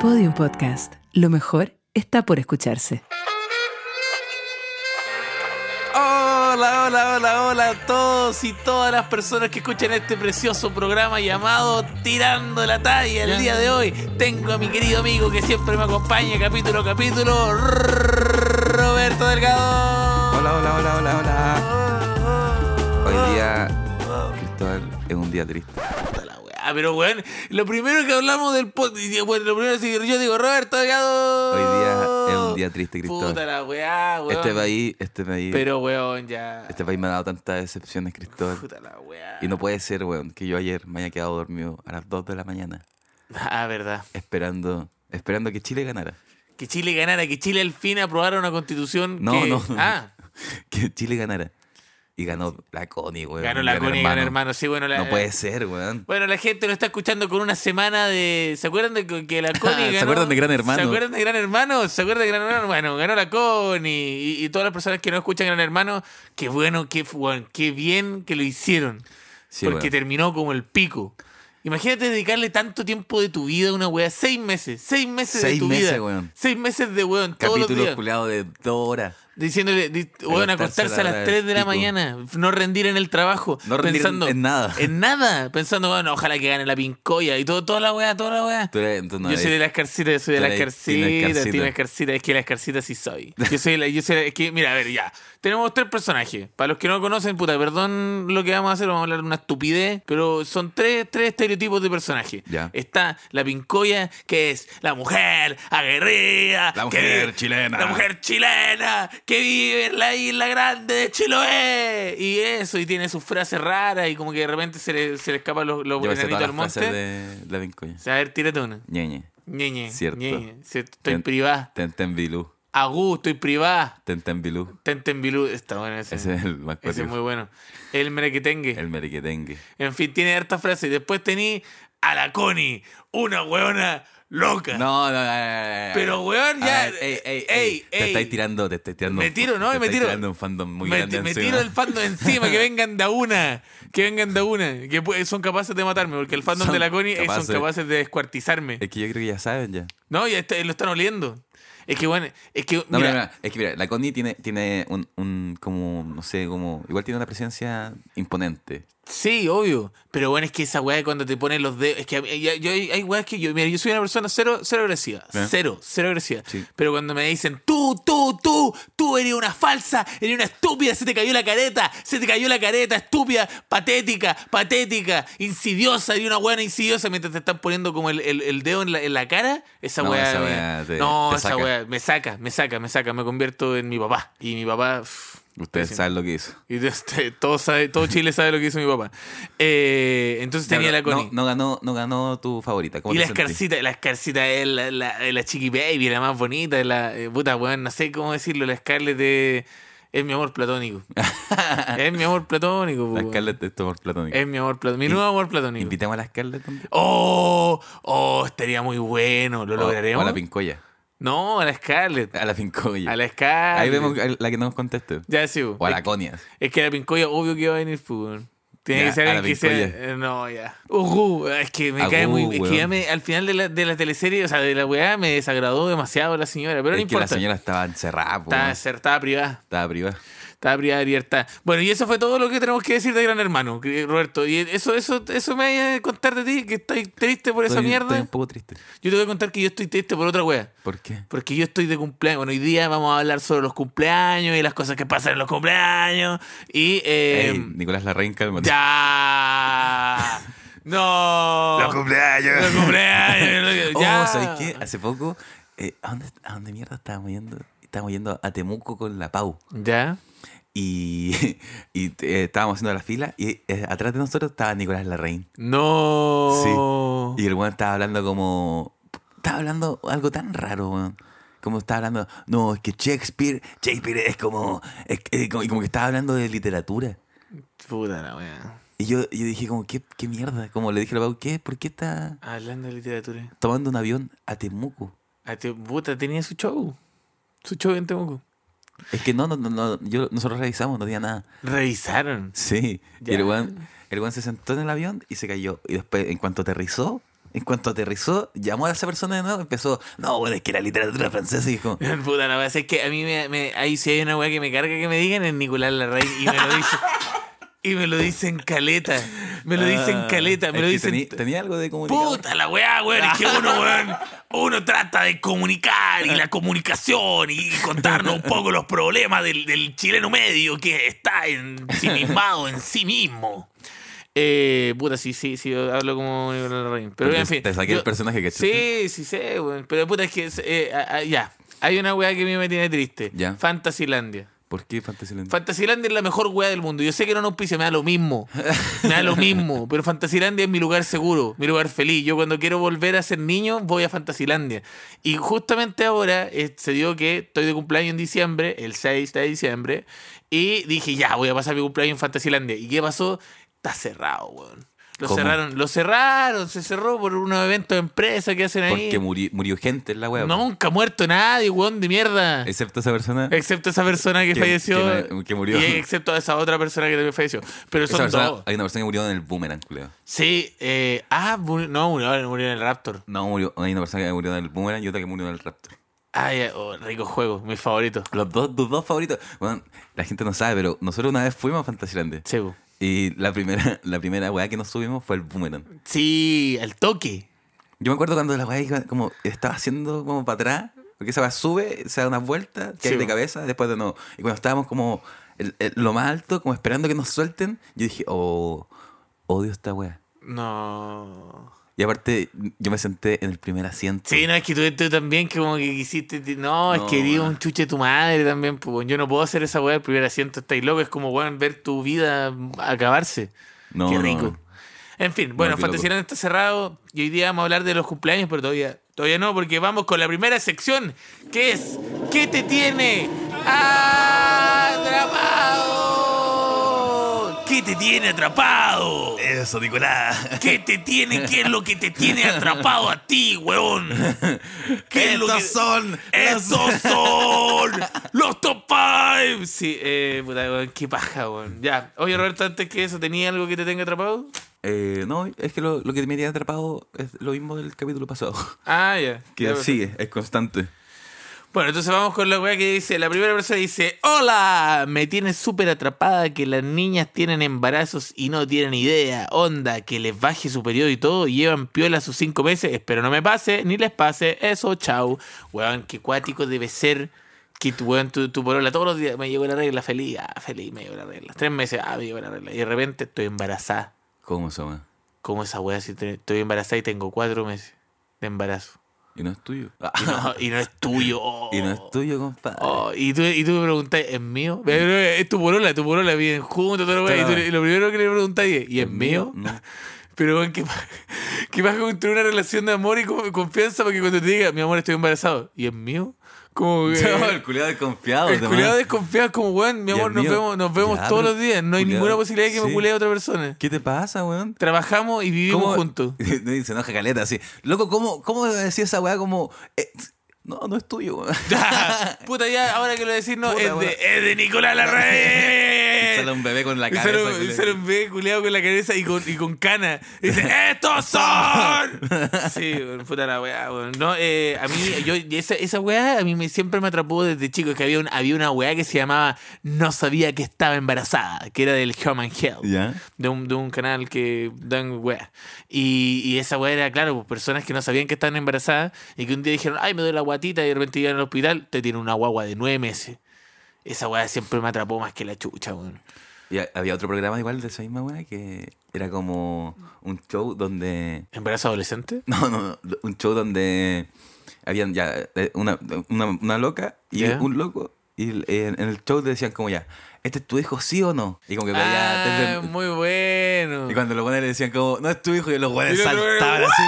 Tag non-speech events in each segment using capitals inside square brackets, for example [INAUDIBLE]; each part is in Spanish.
Podium Podcast. Lo mejor está por escucharse. Hola, hola, hola, hola a todos y todas las personas que escuchan este precioso programa llamado Tirando la Talla. El día de hoy tengo a mi querido amigo que siempre me acompaña capítulo a capítulo, Roberto Delgado. Hola, hola, hola, hola, hola. Ah. Hoy día, Cristóbal, es un día triste. Puta la weá, Pero bueno, lo primero que hablamos del podcast, bueno, lo primero que yo digo, Roberto Delgado. Hoy día es un día triste, Puta Cristóbal. la weá, weón. Este país, este país, Pero weón, ya. este país me ha dado tantas decepciones, Cristóbal. Puta la weá. Y no puede ser, weón, que yo ayer me haya quedado dormido a las 2 de la mañana Ah, verdad. esperando, esperando que Chile ganara. [LAUGHS] Que Chile ganara, que Chile al fin aprobara una constitución. No, que- no. Ah, Que Chile ganara. Y ganó la Connie, weón. ganó la Connie, ganó hermano. Sí, bueno, la, No puede ser, weón. Bueno, la gente lo está escuchando con una semana de. ¿Se acuerdan de que- [LAUGHS] que la Connie ¿Se ganó? acuerdan de Gran ¿Se Hermano? acuerdan de Gran Hermano? ¿Se acuerdan de Gran Hermano? Bueno, ganó la Connie. Y, y todas las personas que no escuchan Gran Hermano, qué bueno, qué, bueno, qué bien que lo hicieron. Sí, porque weón. terminó como el pico. Imagínate dedicarle tanto tiempo de tu vida a una wea. Seis meses. Seis meses de Seis tu meses, vida. weón. Seis meses de weón. Todos los Capítulo días. culiado de dos horas. Diciéndole, di- weón, acostarse a las 3 de la pico. mañana, no rendir en el trabajo. No rendir pensando, en nada. En nada. Pensando, bueno, ojalá que gane la pincoya y todo, toda la weá, toda la weá. Tú eres- tú no yo soy de eres- las carcitas, yo soy de tú las eres Tina carcitas, Escarcita. Tina Escarcita, es que las carcitas sí [LAUGHS] soy. Yo soy, la, yo soy la- es que, mira, a ver, ya. Tenemos tres personajes. Para los que no conocen, puta, perdón lo que vamos a hacer, vamos a hablar de una estupidez, pero son tres, tres estereotipos de personaje. Ya. Está la pincoya, que es la mujer aguerrida, La que mujer vi- chilena. La mujer chilena que vive en la isla grande de Chiloé. Y eso, y tiene sus frases raras y como que de repente se le, se le escapan los, los Yo me sé enanitos pues, todas al las frases monte. de la vincoña. O sea, a ver, tírate una. Ñeñe. Ñeñe. Cierto. Ñeñe. Cierto. Estoy Ten- privada. Tentembilú. Agú, estoy privada. Tentembilú. Tentembilú. Está bueno ese. Ese es el más Ese es muy cuático. bueno. El merequetengue. El meriquetengue. En fin, tiene hartas frases. Después tení a la Connie, una hueona loca. No, no, no, no, no, no. Ah. Pero, weón, A ya. ver, ey, ey, Ey, ey. Te ey. estáis tirando, te estáis tirando. Me un- tiro, ¿no? Te Me estáis tiro. tirando un fandom muy me, grande me encima. tiro el fandom encima, que vengan de a una, que vengan de a una, que pu- son capaces de matarme, porque el fandom Son de la Connie eh, son capaces. capaces de descuartizarme. Es que yo creo que ya saben ya. No, ya está- lo están oliendo. Es que bueno, es que No, mira, mira, mira, es que mira, la Connie tiene, tiene un, un, como, no sé, como, igual tiene una presencia imponente. sí, obvio, pero bueno, es que esa weá de cuando te ponen los dedos, es que a mí- ya- yo, hay hay weas que yo, mira, yo soy una persona cero, cero agresiva, ¿Eh? cero, cero agresiva, Sí. pero cuando me dicen, tú, tú, tú, tú eres una falsa, eres una estúpida, se te cayó la careta, se te cayó la careta, estúpida, patética, patética, insidiosa, eres una buena insidiosa, mientras te están poniendo como el, el- el dedo en la, en la cara, esa No, weá, esa me- weá te- no, te esa saca. weá, me saca, me saca, me saca, me convierto en mi papá, y mi papá... pff, Ustedes pésimo. saben lo que hizo. Y de- este, todo, sabe, todo Chile sabe lo que hizo mi papá. Eh, entonces tenía Ya, la pero Connie. No, no ganó, no ganó tu favorita. ¿Cómo y te la sentís? escarcita, la escarcita es la, la, la chiqui baby, la más bonita, la eh, puta weón, no sé cómo decirlo, la Scarlett de, es mi amor [LAUGHS] platónico. es mi amor platónico, po, La weón. Scarlett de tu amor platónico. es mi amor platónico. Mi nuevo amor platónico. Invitemos a la Scarlett. ¿dónde? Oh, oh, estaría muy bueno. ¿Lo O- lograremos? O a la pincoya. no, a la Scarlett. A la pincoya. A la Scarlett. Ah, Ahí vemos a la que nos conteste. Ya sí, pues. po. O a Es la Conia. Es que la pincoya, obvio que va a venir fútbol. Tiene Ya, que ser a alguien la que sea. Pincoya. eh, No, ya. Ujú, es que me Agú, cae muy. Es que ya weón. me- al final de la, de la teleserie, o sea, de la weá, me desagradó demasiado la señora. Pero no es que importa. la señora estaba encerrada, po, Estaba, weón. cer- estaba privada. estaba privada. Estaba privada de libertad. Bueno, y eso fue todo lo que tenemos que decir de Gran Hermano, que- Roberto. Y eso, eso, eso me vaya a contar de ti, que estoy triste por esa Estoy- mierda. Estoy un poco triste. Yo te voy a contar que yo estoy triste por otra weá. ¿Por qué? Porque yo estoy de cumpleaños. Bueno, hoy día vamos a hablar sobre los cumpleaños y las cosas que pasan en los cumpleaños. Y. Eh, Ey, Nicolás Larraín, cálmate. ¡Ya! ¡No! Los cumpleaños. oh, Los cumpleaños, [LAUGHS] Oh, ya. ¿sabes qué? Hace poco, eh, ¿a, dónde, ¿a dónde mierda estábamos yendo? Estábamos yendo a Temuco con la Pau. ¿Ya? Y, [LAUGHS] y, eh, estábamos haciendo la fila y eh, atrás de nosotros estaba Nicolás Larraín. ¡No! Y el weón estaba hablando como. Estaba hablando algo tan raro, weón. Como estaba hablando. No, es que Shakespeare. Shakespeare es como. Es, es como, y como que estaba hablando de literatura. Puta la wea. Y yo, yo dije, como, ¿qué, qué mierda? Como le dije a la Pau, ¿qué? ¿Por qué está Hablando de literatura. tomando un avión a Temuco? A ti- puta, tenía su show. Su show en Temuco. Es que no, no, no, no, yo, nosotros revisamos, no tenía nada. Revisaron. Sí. Y Ya. el weón, el weón se sentó en el avión y se cayó. Y después, en cuanto aterrizó, En cuanto aterrizó, llamó a esa persona de nuevo, empezó, no, bueno, es que la literatura francesa y dijo, [LAUGHS] Puta la wea, si es que a mí me, me- ahí sí hay una weá que me carga que me digan es Nicolás Larraín y me lo dicen. y me lo dicen caleta. Me lo dicen caleta, me Ah, es lo que dicen. tení- Tenía algo de comunicador. Puta la weá, weón. Es que uno, [LAUGHS] weón, uno trata de comunicar y la comunicación y contarnos un poco los problemas del, del chileno medio que está [LAUGHS] ensimismado en sí mismo. Eh, puta, sí, sí, sí, hablo como Nicolás Larraín. Pero Te- en fin. Te saqué yo- el personaje que Sí, sí sé, weón. Pero puta, es que es, eh, a- a- ya. Hay una weá que a mí me tiene triste. Ya. Fantasylandia. ¿Por qué Fantasyland? Fantasylandia es la mejor weá del mundo. Yo sé que no nos pise, me da lo mismo. Me da lo mismo. Pero Fantasylandia es mi lugar seguro, mi lugar feliz. Yo cuando quiero volver a ser niño, voy a Fantasylandia. Y justamente ahora eh, se dio que estoy de cumpleaños en diciembre, el 6 de diciembre. Y dije, ya, voy a pasar mi cumpleaños en Fantasylandia. ¿Y qué pasó? Está cerrado, weón. Lo ¿Cómo? cerraron, lo cerraron, se cerró por unos eventos de empresa que hacen ahí. Porque murió, murió gente en la web. Nunca ha muerto nadie, weón, de mierda. Excepto esa persona. Excepto esa persona que, Que- falleció. que no- que murió. Y excepto esa otra persona que también falleció. Pero esa son persona- dos. hay una persona que murió en el boomerang, culeo. Sí, eh, ah, murió- no, murió, murió en el Raptor. No, murió, hay una persona que murió en el boomerang y otra que murió en el raptor. Ay, eh, oh, rico juego, mi favorito. Los dos, tus dos favoritos. Bueno, la gente no sabe, pero nosotros una vez fuimos a Fantasyland. Sí, bu. Y la primera, [LAUGHS] la primera weá que nos subimos fue el boomerang. Sí, al toque. Yo me acuerdo cuando la weá iba como estaba haciendo como para atrás, porque esa weá sube, se da unas vueltas, cae Sí, de po. cabeza, después de nuevo. Y cuando estábamos como el- el- lo más alto, como esperando que nos suelten, yo dije, oh, odio esta weá. No. Y aparte, yo me senté en el primer asiento. Sí, no, es que tú, tú también que como que quisiste... ti- No, es No, que di weón. un chuche tu madre también. Pues, weón. yo no puedo hacer esa weá del primer asiento, estáis loco. Es como, weón, ver tu vida acabarse. No, Qué no, rico. no. En fin, bueno, volví loco. Fantasyland está cerrado y hoy día vamos a hablar de los cumpleaños, pero todavía, todavía no, porque vamos con la primera sección, que es ¿Qué te tiene atrapado? ¿Qué te tiene atrapado? Eso, Nicolás. [LAUGHS] ¿Qué te tiene? ¿Qué es lo que te tiene atrapado a ti, weón? ¿Qué es lo que- son ¡Estos son los top 5! Sí, eh, puta, weón, qué paja, weón. Ya, oye, Roberto, antes que eso, ¿tenía algo que te tenga atrapado? Eh, no, es que lo, lo que me tiene atrapado es lo mismo del capítulo pasado. [LAUGHS] Ah, ya. Que Ya, perfecto. sigue, es constante. Bueno, entonces vamos con la weá que dice. La primera persona dice: ¡Hola! Me tiene súper atrapada que las niñas tienen embarazos y no tienen idea. Onda, que les baje su periodo y todo. y Llevan piola sus cinco meses. Espero no me pase, ni les pase. Eso, chau. Weón, qué cuático debe ser. Que tu, weón, tu, tu porola todos los días me llegó la regla, feliz, ah, feliz, me llegó la regla. Tres meses, ah, me llegó la regla. Y de repente estoy embarazada. ¿Cómo se llama? ¿Cómo esa weá si te- estoy embarazada y tengo cuatro meses de embarazo? [LAUGHS] Y no es tuyo. Y no, y no es tuyo. oh. Y no es tuyo, compadre. Oh, y tú, y tú me preguntás, ¿es Mm. mío? Pero, pero, Es tu porola, tu porola, bien juntos, todo lo weá, y tú le- y lo primero que le preguntáis es, ¿y es mío? No. Pero, weón, ¿qué, pa- ¿qué pasa construir una relación de amor y co- confianza para que cuando te diga, mi amor, estoy embarazado, ¿y es mío? [LAUGHS] Como que. [LAUGHS] No, el culiado desconfiado. el además. culiado desconfiado es como, weón, mi ¿Y es amor, nos mío? vemos, nos vemos Ya, todos pero los días, no hay culiao, ninguna posibilidad de que me sí. culea a otra persona. ¿Qué te pasa, weón? Trabajamos y vivimos [LAUGHS] juntos. Y se enoja caleta así. Loco, ¿cómo, cómo decía esa weá como... eh, no, no es tuyo, weón. Puta, [LAUGHS] ya, ahora que lo decís, no, Puta, es, weón. de, es de Nicolás Larraín. [LAUGHS] [LAUGHS] Sale un bebé con la Y se cabeza. lo- culiao. se lo ve culeado con la cabeza y con, y con cana. Y dice, ¡estos [LAUGHS] son! Sí, bueno, puta la weá, weón. No, eh, a mí, yo, y esa, esa weá a mí me, siempre me atrapó desde chico. Es que había, un- había una weá que se llamaba No sabía que estaba embarazada, que era del Human Health [LAUGHS] ¿Ya? de un, de un canal que dan weá. Y, y esa weá era, claro, pues, personas que no sabían que estaban embarazadas y que un día dijeron, ay, me duele la guatita y de repente llegan al hospital, te tiene una guagua de nueve meses. Esa weá siempre me atrapó más que la chucha, weón. Y ha- había otro programa igual de esa misma weá que era como un show donde... [LAUGHS] ¿Embarazo adolescente? No, no, no, un show donde habían ya eh, una, una, una loca y Ya. un loco. Y el- en en el show te decían como ya, ¿este es tu hijo sí o no? Y como que ya, Ah, desde- muy bueno. Y cuando lo ponen le decían como, no es tu hijo, y los Ah. Y güeyes el otro era, saltaban así.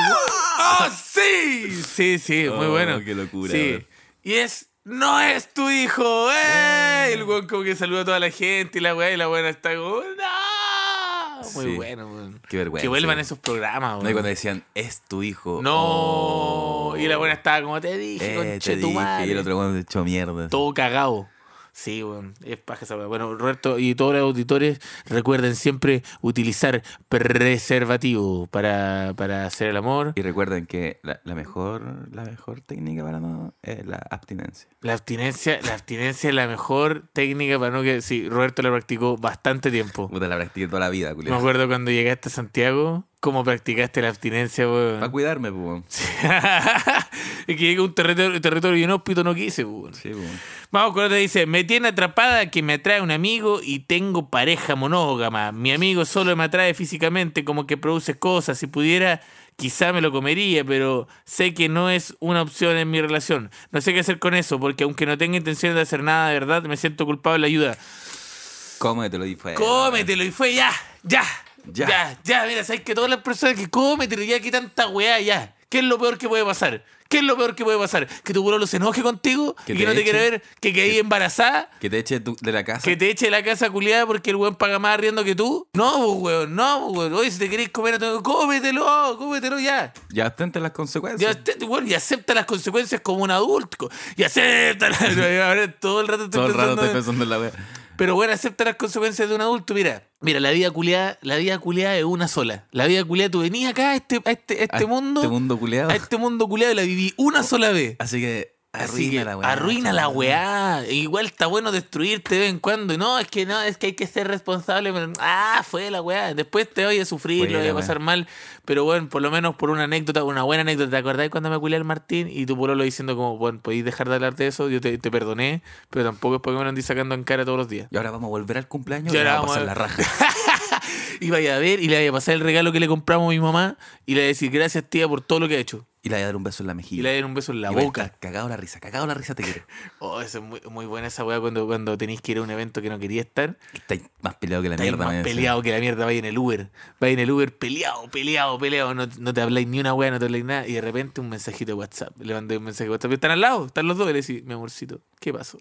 ¡Oh, sí! Sí, [LAUGHS] sí, muy Oh, bueno. qué locura, Sí. weón. Y es, no es tu hijo, ¡eh! El weón como que saluda a toda la gente y la weá y la buena está como, ¡no! Muy Sí. bueno, weón. Qué vergüenza. Que vuelvan weón. esos programas, No, y cuando weón. decían, es tu hijo. No, oh, y la buena estaba como, te dije, eh, conche te tu dije", madre. Y el otro güey le echó mierda. Todo cagado. Sí, weón, es paja esa weá. Bueno, Roberto y todos los auditores, recuerden siempre utilizar preservativo para, para hacer el amor. Y recuerden que la, la mejor, la mejor técnica para no es la abstinencia. La abstinencia, la abstinencia es la mejor técnica para no que. Sí, Roberto la practicó bastante tiempo. Puta, la practiqué toda la vida, Oh. Me culiao. acuerdo cuando llegaste a Santiago, cómo practicaste la abstinencia, Para [LAUGHS] weón. cuidarme, pues. y que llega un territorio, territorio inhóspito, no quise, weón. Sí, pues. Vamos con otra, dice, me tiene atrapada que me atrae un amigo y tengo pareja monógama. Mi amigo solo me atrae físicamente, como que produce cosas. Si pudiera, quizá me lo comería, pero sé que no es una opción en mi relación. No sé qué hacer con eso, porque aunque no tenga intención de hacer nada de verdad, me siento culpable. Ayuda. Cómetelo y fue. Cómetelo y fue ya, ya, ya, Eh, Ya. ya. Mira, sabes que todas las personas que cómetelo ya, que tanta weá ya. ¿Qué es lo peor que puede pasar? ¿Qué es lo peor que puede pasar? ¿Que tu pueblo se enoje contigo? Que ¿Y te que no te eche. quiera ver? ¿Que quedé embarazada? Que te eche tu- de la casa. Que te eche de la casa culiada porque el weón paga más arriendo que tú. No, pues, weón, no, pues, weón. Oye, si te querés comer a tu cómetelo, cómetelo [LAUGHS] ya. Ya abstente las consecuencias. Ya, te- weón, y acepta las consecuencias como un adulto. Y acepta [LAUGHS] las- Ahora todo el rato estoy Todo el rato pensando estoy en- pensando en la wea. pero bueno, acepta las consecuencias de un adulto. Mira, mira, la vida culiada, la vida culiada es una sola. La vida culiada, tú venís acá a este, a este, a este A mundo, Este mundo culiado. a este mundo culiado y la viví una sola vez. Así que Así arruina que la weá. Arruina la weá. Igual está bueno destruirte de vez en cuando. No, es que no, es que hay que ser responsable. pero, Ah, fue la weá. Después te voy a sufrir, Fue lo voy la a weá. pasar mal. Pero bueno, por lo menos por una anécdota, una buena anécdota. ¿Te acordás cuando me culé al Martín? Y tu pololo diciendo como, bueno, podéis dejar de hablar de eso, yo te, te perdoné, pero tampoco es porque me lo andís sacando en cara todos los días. Y ahora vamos a volver al cumpleaños Y y ahora ahora vamos a pasar vamos la a- [LAUGHS] raja. Y vaya a ver y le vaya a pasar el regalo que le compramos a mi mamá y le vaya a decir gracias tía por todo lo que ha hecho. Y le voy a dar un beso en la Y mejilla. le vaya a dar un beso en la Y va a boca. estar Cagado la risa, cagado la risa te quiero. Oh, eso es muy, muy buena esa weá cuando, cuando tenéis que ir a un evento que no quería estar. Estáis más peleado que la Estáis mierda, más me decía. peleado que la mierda, vaya en el Uber. Vaya en el Uber peleado, peleado, peleado. No, no te habláis ni una weá, no te habláis nada. Y de repente un mensajito de WhatsApp. Le mandé un mensaje de WhatsApp. Están al lado, están los dos. Y le decís, mi amorcito, ¿qué pasó?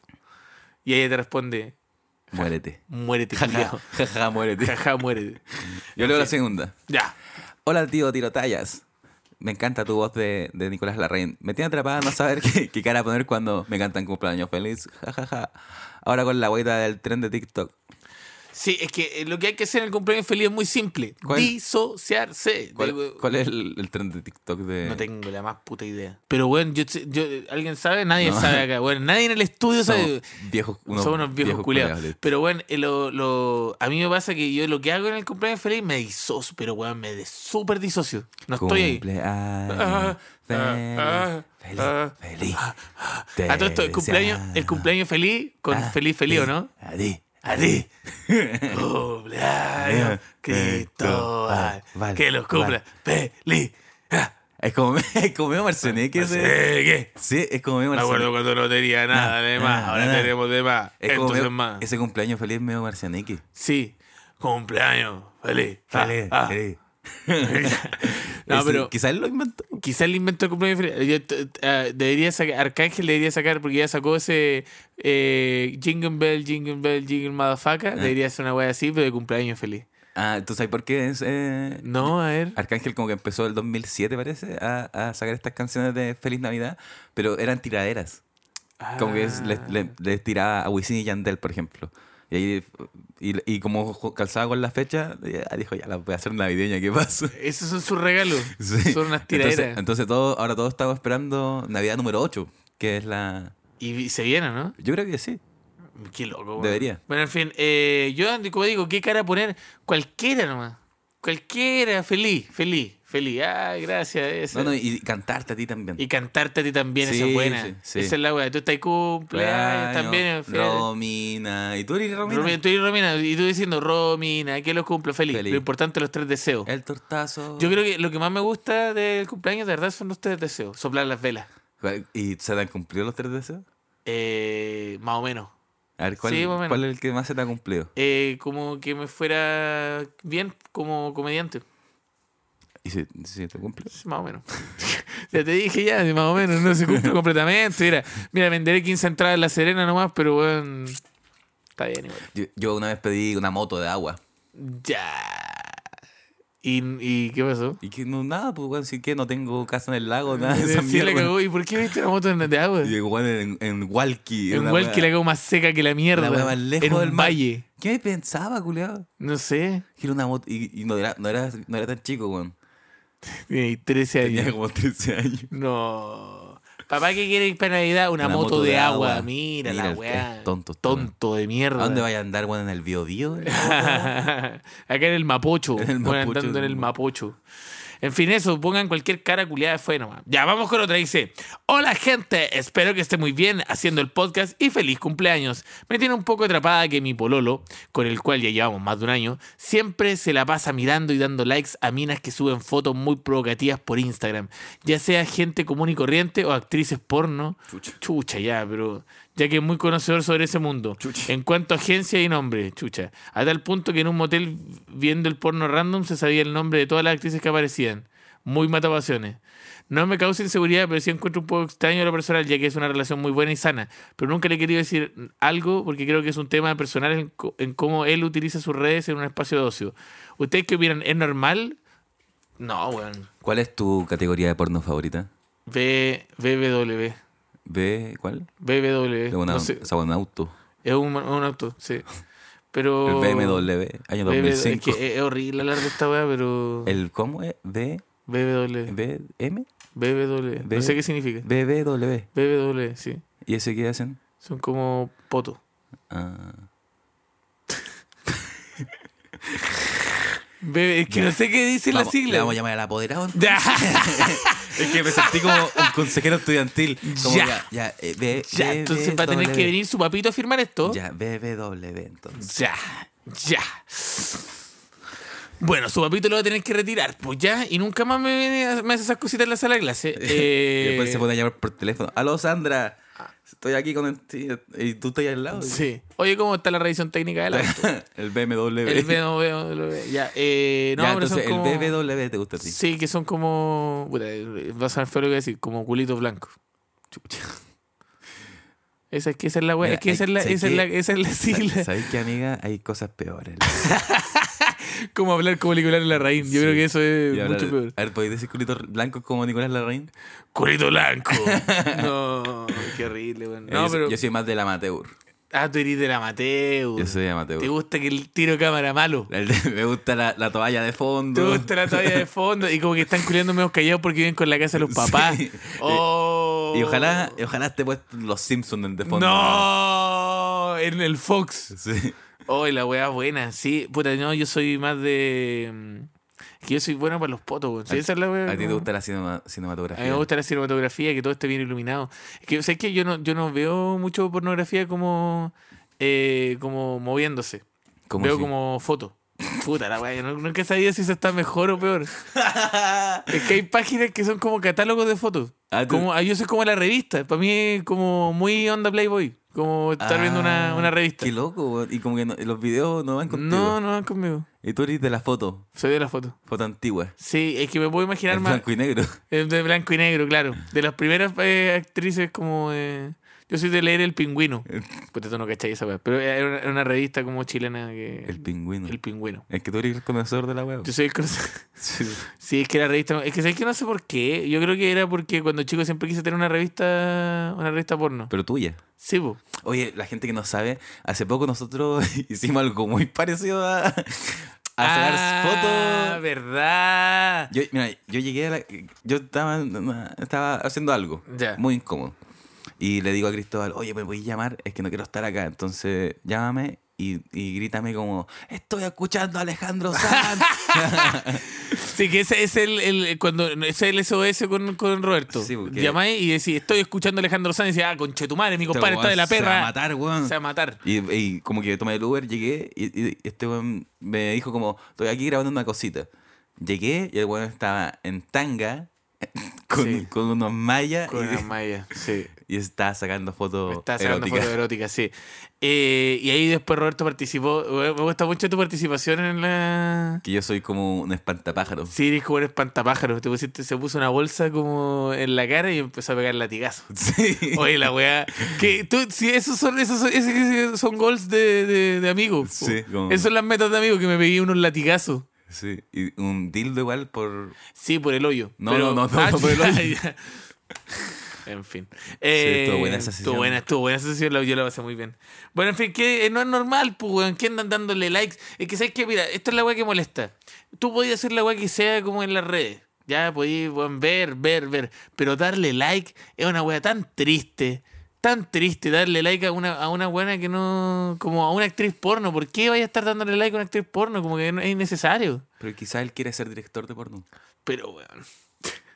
Y ella te responde, [LAUGHS] Muérete. muérete, Jaja, [LAUGHS] culiao. jaja, muérete. Jaja, muérete. Yo leo la segunda. Ya. Hola, tío Tirotallas. Me encanta tu voz de, de Nicolás Larraín. Me tiene atrapada no saber [LAUGHS] qué, qué cara poner cuando me cantan cumpleaños feliz. Ja, ja, ja. Ahora con la vuelta del tren de TikTok. Sí, es que eh, lo que hay que hacer en el cumpleaños feliz es muy simple. ¿Cuál? Disociarse. ¿Cuál, Digo, cuál es el, el tren de TikTok de...? No tengo la más puta idea. Pero bueno, yo, yo- eh, ¿alguien sabe? Nadie No. sabe acá. Bueno, nadie en el [LAUGHS] estudio sabe. Somos viejos, unos Son unos viejos, culiados. culiados, listo. Pero bueno, eh, lo, lo- a mí me pasa que yo lo que hago en el cumpleaños feliz me disocio, pero weón, me de súper disocio. No estoy ahí. Ah, Cumpleaños ah, feliz, ah, feliz, A todo esto, el cumpleaños, el cumpleaños feliz con feliz feliz, ¿o no? Ah, A ti. A ti. [LAUGHS] [LAUGHS] cumpleaños, Cristóbal. Ah, Vale, que los cumpla. Feliz. Ah, Es como, [LAUGHS] es como medio Marceneque no sé ese. qué. Sí, es como medio Me acuerdo Marceneque. cuando no tenía nada Nada, de más, nada, ahora nada. tenemos de más. Es como Entonces medio- más. Ese cumpleaños feliz es medio Marceneque. Sí, cumpleaños, feliz. Ah, ah. [LAUGHS] No, Ese- pero- Quizás él lo inventó. Quizás el invento de cumpleaños feliz. Yo, t- t- ah, debería sacar, Arcángel debería sacar, porque ya sacó ese eh, Jingle Bell, Jingle Bell, Jingle Motherfucker. Debería ser una wea así, pero de cumpleaños feliz. Ah, ¿tú sabes por qué? Es, eh, No, a ver. Arcángel como que empezó el 2007, parece, a, a sacar estas canciones de Feliz Navidad, pero eran tiraderas. Ah, Como que es- Ah. les, le- les tiraba a Wisin y Yandel, por ejemplo. Y, ahí, y, y como jo- calzaba con la fecha, ya dijo, ya la voy a hacer navideña, ¿qué pasa? [LAUGHS] Esos son sus regalos. Sí. Son unas Entonces, tiraderas. entonces todo, ahora todos estamos esperando Navidad número 8, que es la... Y vi- se vienen, ¿no? Yo creo que sí. Qué loco. weón. Debería. Bueno, en fin, eh, yo, como digo, qué cara poner. Cualquiera nomás. Cualquiera. Feliz, feliz, feliz. Ay, gracias. esa. No, no, y cantarte a ti también. Y cantarte a ti también, Sí, esa es buena. sí, sí. Esa es la weá. Tú estás cumpleaños también. feliz. Romina. ¿Y tú eres Romina? Romina, tú y Romina, y tú diciendo, Romina, que los cumplo feliz. Feliz. Lo importante, los tres deseos. El tortazo. Yo creo que lo que más me gusta del cumpleaños, de verdad, son los tres deseos. Soplar las velas. ¿Y se te han cumplido los tres deseos? Eh, más o menos. A ver, ¿cuál, Sí, más o menos. cuál es el que más se te ha cumplido? Eh, como que me fuera bien como comediante. ¿Y si, si te cumple? Sí, Más o menos. [LAUGHS] ya te dije ya, sí, más o menos. No se cumple completamente. Mira, mira, venderé 15 entradas en La Serena nomás, pero bueno. Está bien igual. Yo, yo una vez pedí una moto de agua. Ya. ¿Y, y qué [LAUGHS] pasó? Y que no, nada, pues, weón, si que no tengo casa en el lago, nada de Ah, [LAUGHS] esa Sí, le mierda. cagó. ¿Y por qué viste la moto en, de agua? Y el weón en, en Walkie. En una igual que weá- la cagó más seca que la mierda. la weá más lejos en un del mar. valle. ¿Qué pensaba, culiado? No sé. Que era una moto. Y, y no, era, no, era, no era tan chico, weón. Tiene 13 años. Tenía como 13 años. No. Papá, ¿qué quiere ir para Navidad? Una, moto, de, agua. Mira, Mira, la es weá. tonto, este Tonto de mierda. ¿A dónde vaya a andar, weón? En el biodío. [LAUGHS] Acá en el Mapocho. En el Bueno, Mapocho. andando en el Mapocho. En fin, eso, pongan cualquier cara culiada de fue nomás. Ya, vamos con otra. Dice: Hola, gente. Espero que esté muy bien haciendo el podcast y feliz cumpleaños. Me tiene un poco atrapada que mi Pololo, con el cual ya llevamos más de un año, siempre se la pasa mirando y dando likes a minas que suben fotos muy provocativas por Instagram, ya sea gente común y corriente o actrices porno. Chucha. Chucha, ya, pero ya que es muy conocedor sobre ese mundo. Chucha. En cuanto a agencia y nombre, chucha. A tal punto que en un motel viendo el porno random se sabía el nombre de todas las actrices que aparecían. Muy matapasiones. No me causa inseguridad, pero sí encuentro un poco extraño lo personal, ya que es una relación muy buena y sana. Pero nunca le he querido decir algo porque creo que es un tema personal en, co- en cómo él utiliza sus redes en un espacio de ocio. ¿Ustedes qué opinan? ¿Es normal? No, weón. ¿Cuál es tu categoría de porno favorita? B, BBW. ¿B? ¿Cuál? BBW. De una, Eh, No sé. o sea, un auto. Es un, un auto, sí. Pero. El BMW, año BBW, 2005. Es que eh, es horrible hablar de esta weá, pero. ¿El cómo es? ¿B? BBW. ¿BM? BBW. No B- sé qué significa. BBW. BBW, sí. ¿Y ese qué hacen? Son como potos. Ah. Bebe- Es que Ya. no sé qué dicen las Vamos- le siglas. Vamos a llamar al apoderado. [LAUGHS] Ya. Es que me sentí como un consejero estudiantil. Como Ya. ya, ya, eh, [LAUGHS] B- Ya, entonces va a tener BBW. que venir su papito a firmar esto. Ya, BBW, entonces. Ya, ya. Bueno, su papito lo va a tener que retirar, pues ya, y nunca más me, viene a- me hace esas cositas en la sala de [LAUGHS] clase. Eh, Y después se pone a llamar por teléfono. Aló, Sandra. Estoy aquí con el tío. Y tú estás al lado. Sí. Oye, ¿cómo está la revisión técnica del auto? [LAUGHS] el BMW. El BBW. Ya, eh, no, [LAUGHS] Ya, pero son entonces, como... el BBW te gusta a ti. Sí, que son como. puta, va a sonar feo lo que voy a decir, como culito blanco. Chucha. Esa es que esa es la wea. Mira, Es que esa es hay- la, ¿sabes esa es la, qué? esa es la sigla. ¿Sabes qué, amiga? Hay cosas [LAUGHS] peores. Como hablar como Nicolás Larraín. Yo Sí. creo que eso es Y ahora- mucho peor. A ver, ¿podéis decir culitos blancos como Nicolás Larraín? Culito [LAUGHS] blanco. no, qué horrible, weón. Eh, No, yo, pero. yo soy más del amateur. Ah, tú eres del amateur. Yo soy amateur. ¿Te gusta que el tiro cámara malo? El de- me gusta la, la toalla de Te fondo. gusta la toalla de fondo y como que están culiando medio callados porque viven con la casa de los papás. [LAUGHS] Sí. Oh. Y ojalá, y ojalá esté puesto los Simpsons de fondo. No, en el Fox. Sí. Oh, la weá buena, sí. Puta, no, yo soy más de. mm, Que yo soy bueno para los potos, weón. Sí, esa es la weá. A ti te como- gusta la cinema- A cinematografía. mí me gusta la cinematografía, que todo esté bien iluminado. Es que, ¿sabes qué? Yo no, yo no veo mucho pornografía como. eh, como moviéndose. ¿Cómo Veo así? como foto. Puta la weá, yo no- nunca sabía si eso está mejor o peor. es que hay páginas que son como catálogos de fotos. [LAUGHS] Ah, tú- Como, ah, yo soy como la revista. Para mí es como muy onda Playboy. Como estar viendo una, Ah, una revista. Qué loco, weón. Y como que no- los videos no van contigo. No, no van conmigo. Y tú eres de la foto, Soy de la foto. foto antigua. Sí, es que me puedo imaginar En más. blanco y negro. eh, De blanco y negro, claro. De las primeras eh, actrices como. eh, yo soy de leer El Pingüino. Puta, tú no cachai esa weá. Pero era una, era una revista como chilena que. El pingüino. El Pingüino. Es que tú eres el conocedor de la web. Yo soy el conoce- [LAUGHS] Sí, es que la revista. Es que sabes que no sé por qué. Yo creo que era porque cuando chico siempre quise tener una revista. Una revista porno. [LAUGHS] Pero tuya. Sí, po. Oye, la gente que no sabe, hace poco nosotros [LAUGHS] hicimos algo muy parecido a, a Ah, sacar fotos. verdad. Yo, mira, yo llegué a la. Yo estaba, estaba haciendo algo Ya. muy incómodo. Y le digo a Cristóbal, oye, me voy a llamar, es que no quiero estar acá. Entonces, llámame y, y grítame como, estoy escuchando a Alejandro [LAUGHS] Sanz. Este Sí, que ese es el, el- cuando ese es el SOS con, con Roberto. Sí, porque- Llamáis y decís, estoy escuchando a Alejandro Sanz y decís, ah, conchetumare, mi compadre está de la Este Se va a perra. matar, weón. Se va a matar. Y, y como que tomé el Uber, llegué y, y este weón me dijo como, estoy aquí grabando una cosita. Llegué y el weón estaba en tanga [LAUGHS] con, Sí. con unos mayas Con y, la Maya, sí. y estaba sacando fotos Está sacando eróticas. fotos eróticas, sí. Eh, y ahí después Roberto participó. Eh, Me gusta mucho tu participación en la. Que yo soy como un espantapájaros. Sí, eres como un espantapájaros. Te pusiste, se puso una bolsa como en la cara y empezó a pegar latigazo. [LAUGHS] [LAUGHS] Sí. Oye, la weá. Que tú, si esos son, esos son, esos son goals de, de, de amigos. po. Sí, como- Esas son las metas de amigos que me pegué unos latigazos. Sí, y un dildo igual por... Sí, por el hoyo. No, pero- no, no, no, Ah, no, por el hoyo. [LAUGHS] ya. En fin. Eh, estuvo buena esa Estuvo sesión. buena, estuvo buena esa sesión, la- yo la pasé muy bien. Bueno, en fin, que eh, no es normal, pues, weón, que andan dándole likes. Es que, ¿sabes qué? Mira, esta es la weá que molesta. Tú podías hacer la weá que sea como en las redes. Ya, podías weón, ver, ver, ver. Pero darle like es una weá tan triste. Tan triste darle like a una, a una buena que no. como a una actriz porno. ¿Por qué vaya a estar dándole like a una actriz porno? Como que no- es innecesario. Pero quizás él quiere ser director de porno. Pero, weón.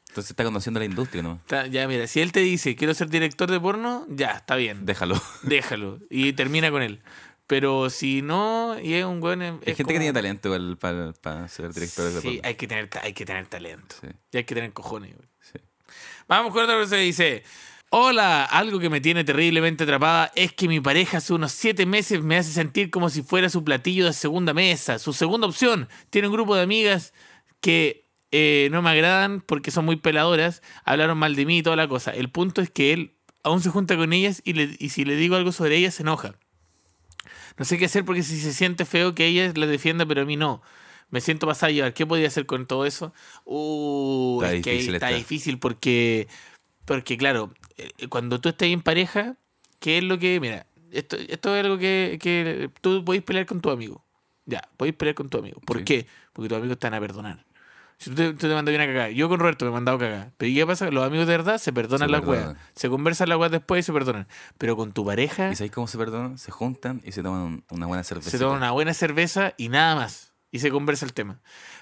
Entonces está conociendo la industria nomás. Está- Ya, mira, si él te dice quiero ser director de porno, ya, está bien. Déjalo. déjalo. Y termina con él. Pero si no, y es un buen. Es Hay gente como- que tiene talento igual para, para ser directores Sí, de porno. hay que tener, ta- hay que tener talento. Sí. Y hay que tener cojones. güey. Sí. Vamos con otra cosa que dice. Hola, algo que me tiene terriblemente atrapada es que mi pareja hace unos siete meses me hace sentir como si fuera su platillo de segunda mesa, su segunda opción. Tiene un grupo de amigas que eh, no me agradan porque son muy peladoras, hablaron mal de mí y toda la cosa. El punto es que él aún se junta con ellas y, le- y si le digo algo sobre ellas se enoja. No sé qué hacer porque si se siente feo que ella la defienda, pero a mí no. Me siento pasada a llevar. ¿Qué podía hacer con todo eso? Uh, Está es que ahí difícil está está. difícil porque, porque claro, eh, cuando tú estás en pareja, ¿qué es lo que. Mira, esto, esto es algo que, que tú podés pelear con tu amigo. Ya, podés pelear con tu amigo. ¿Por Sí. qué? Porque tus amigos te van a perdonar. Si tú te, tú te mandas bien a cagar. Yo con Roberto me he mandado a cagar. Pero ¿y qué pasa? Los amigos de verdad se perdonan Se las perdonan. weas. Se conversan las weas después y se perdonan. Pero con tu pareja ¿Y sabéis cómo se perdonan? Se juntan y se toman un- una buena cerveza. se toma una buena cerveza y nada más. Y se conversa el tema.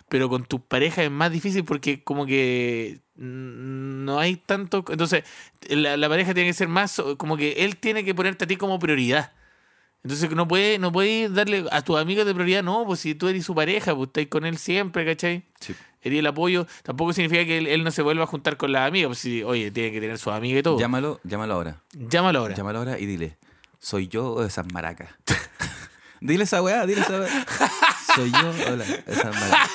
Pero con tus parejas es más difícil porque como que mm, no hay tanto... Entonces, la, la pareja tiene que ser más... so- Como que él tiene que ponerte a ti como prioridad. Entonces no puede, no puede darle a tus amigos de prioridad, no, pues si tú eres su pareja, pues estáis con él siempre, ¿cachai? Sí. Eres el apoyo. Tampoco significa que él, él no se vuelva a juntar con las amigas, pues si, oye, tiene que tener sus amigas y todo. Llámalo, llámalo ahora. Llámalo ahora. Llámalo ahora y dile, ¿soy yo o esas maracas? [LAUGHS] dile esa weá, dile [LAUGHS] esa weá. ¿Soy yo o la- esas maracas?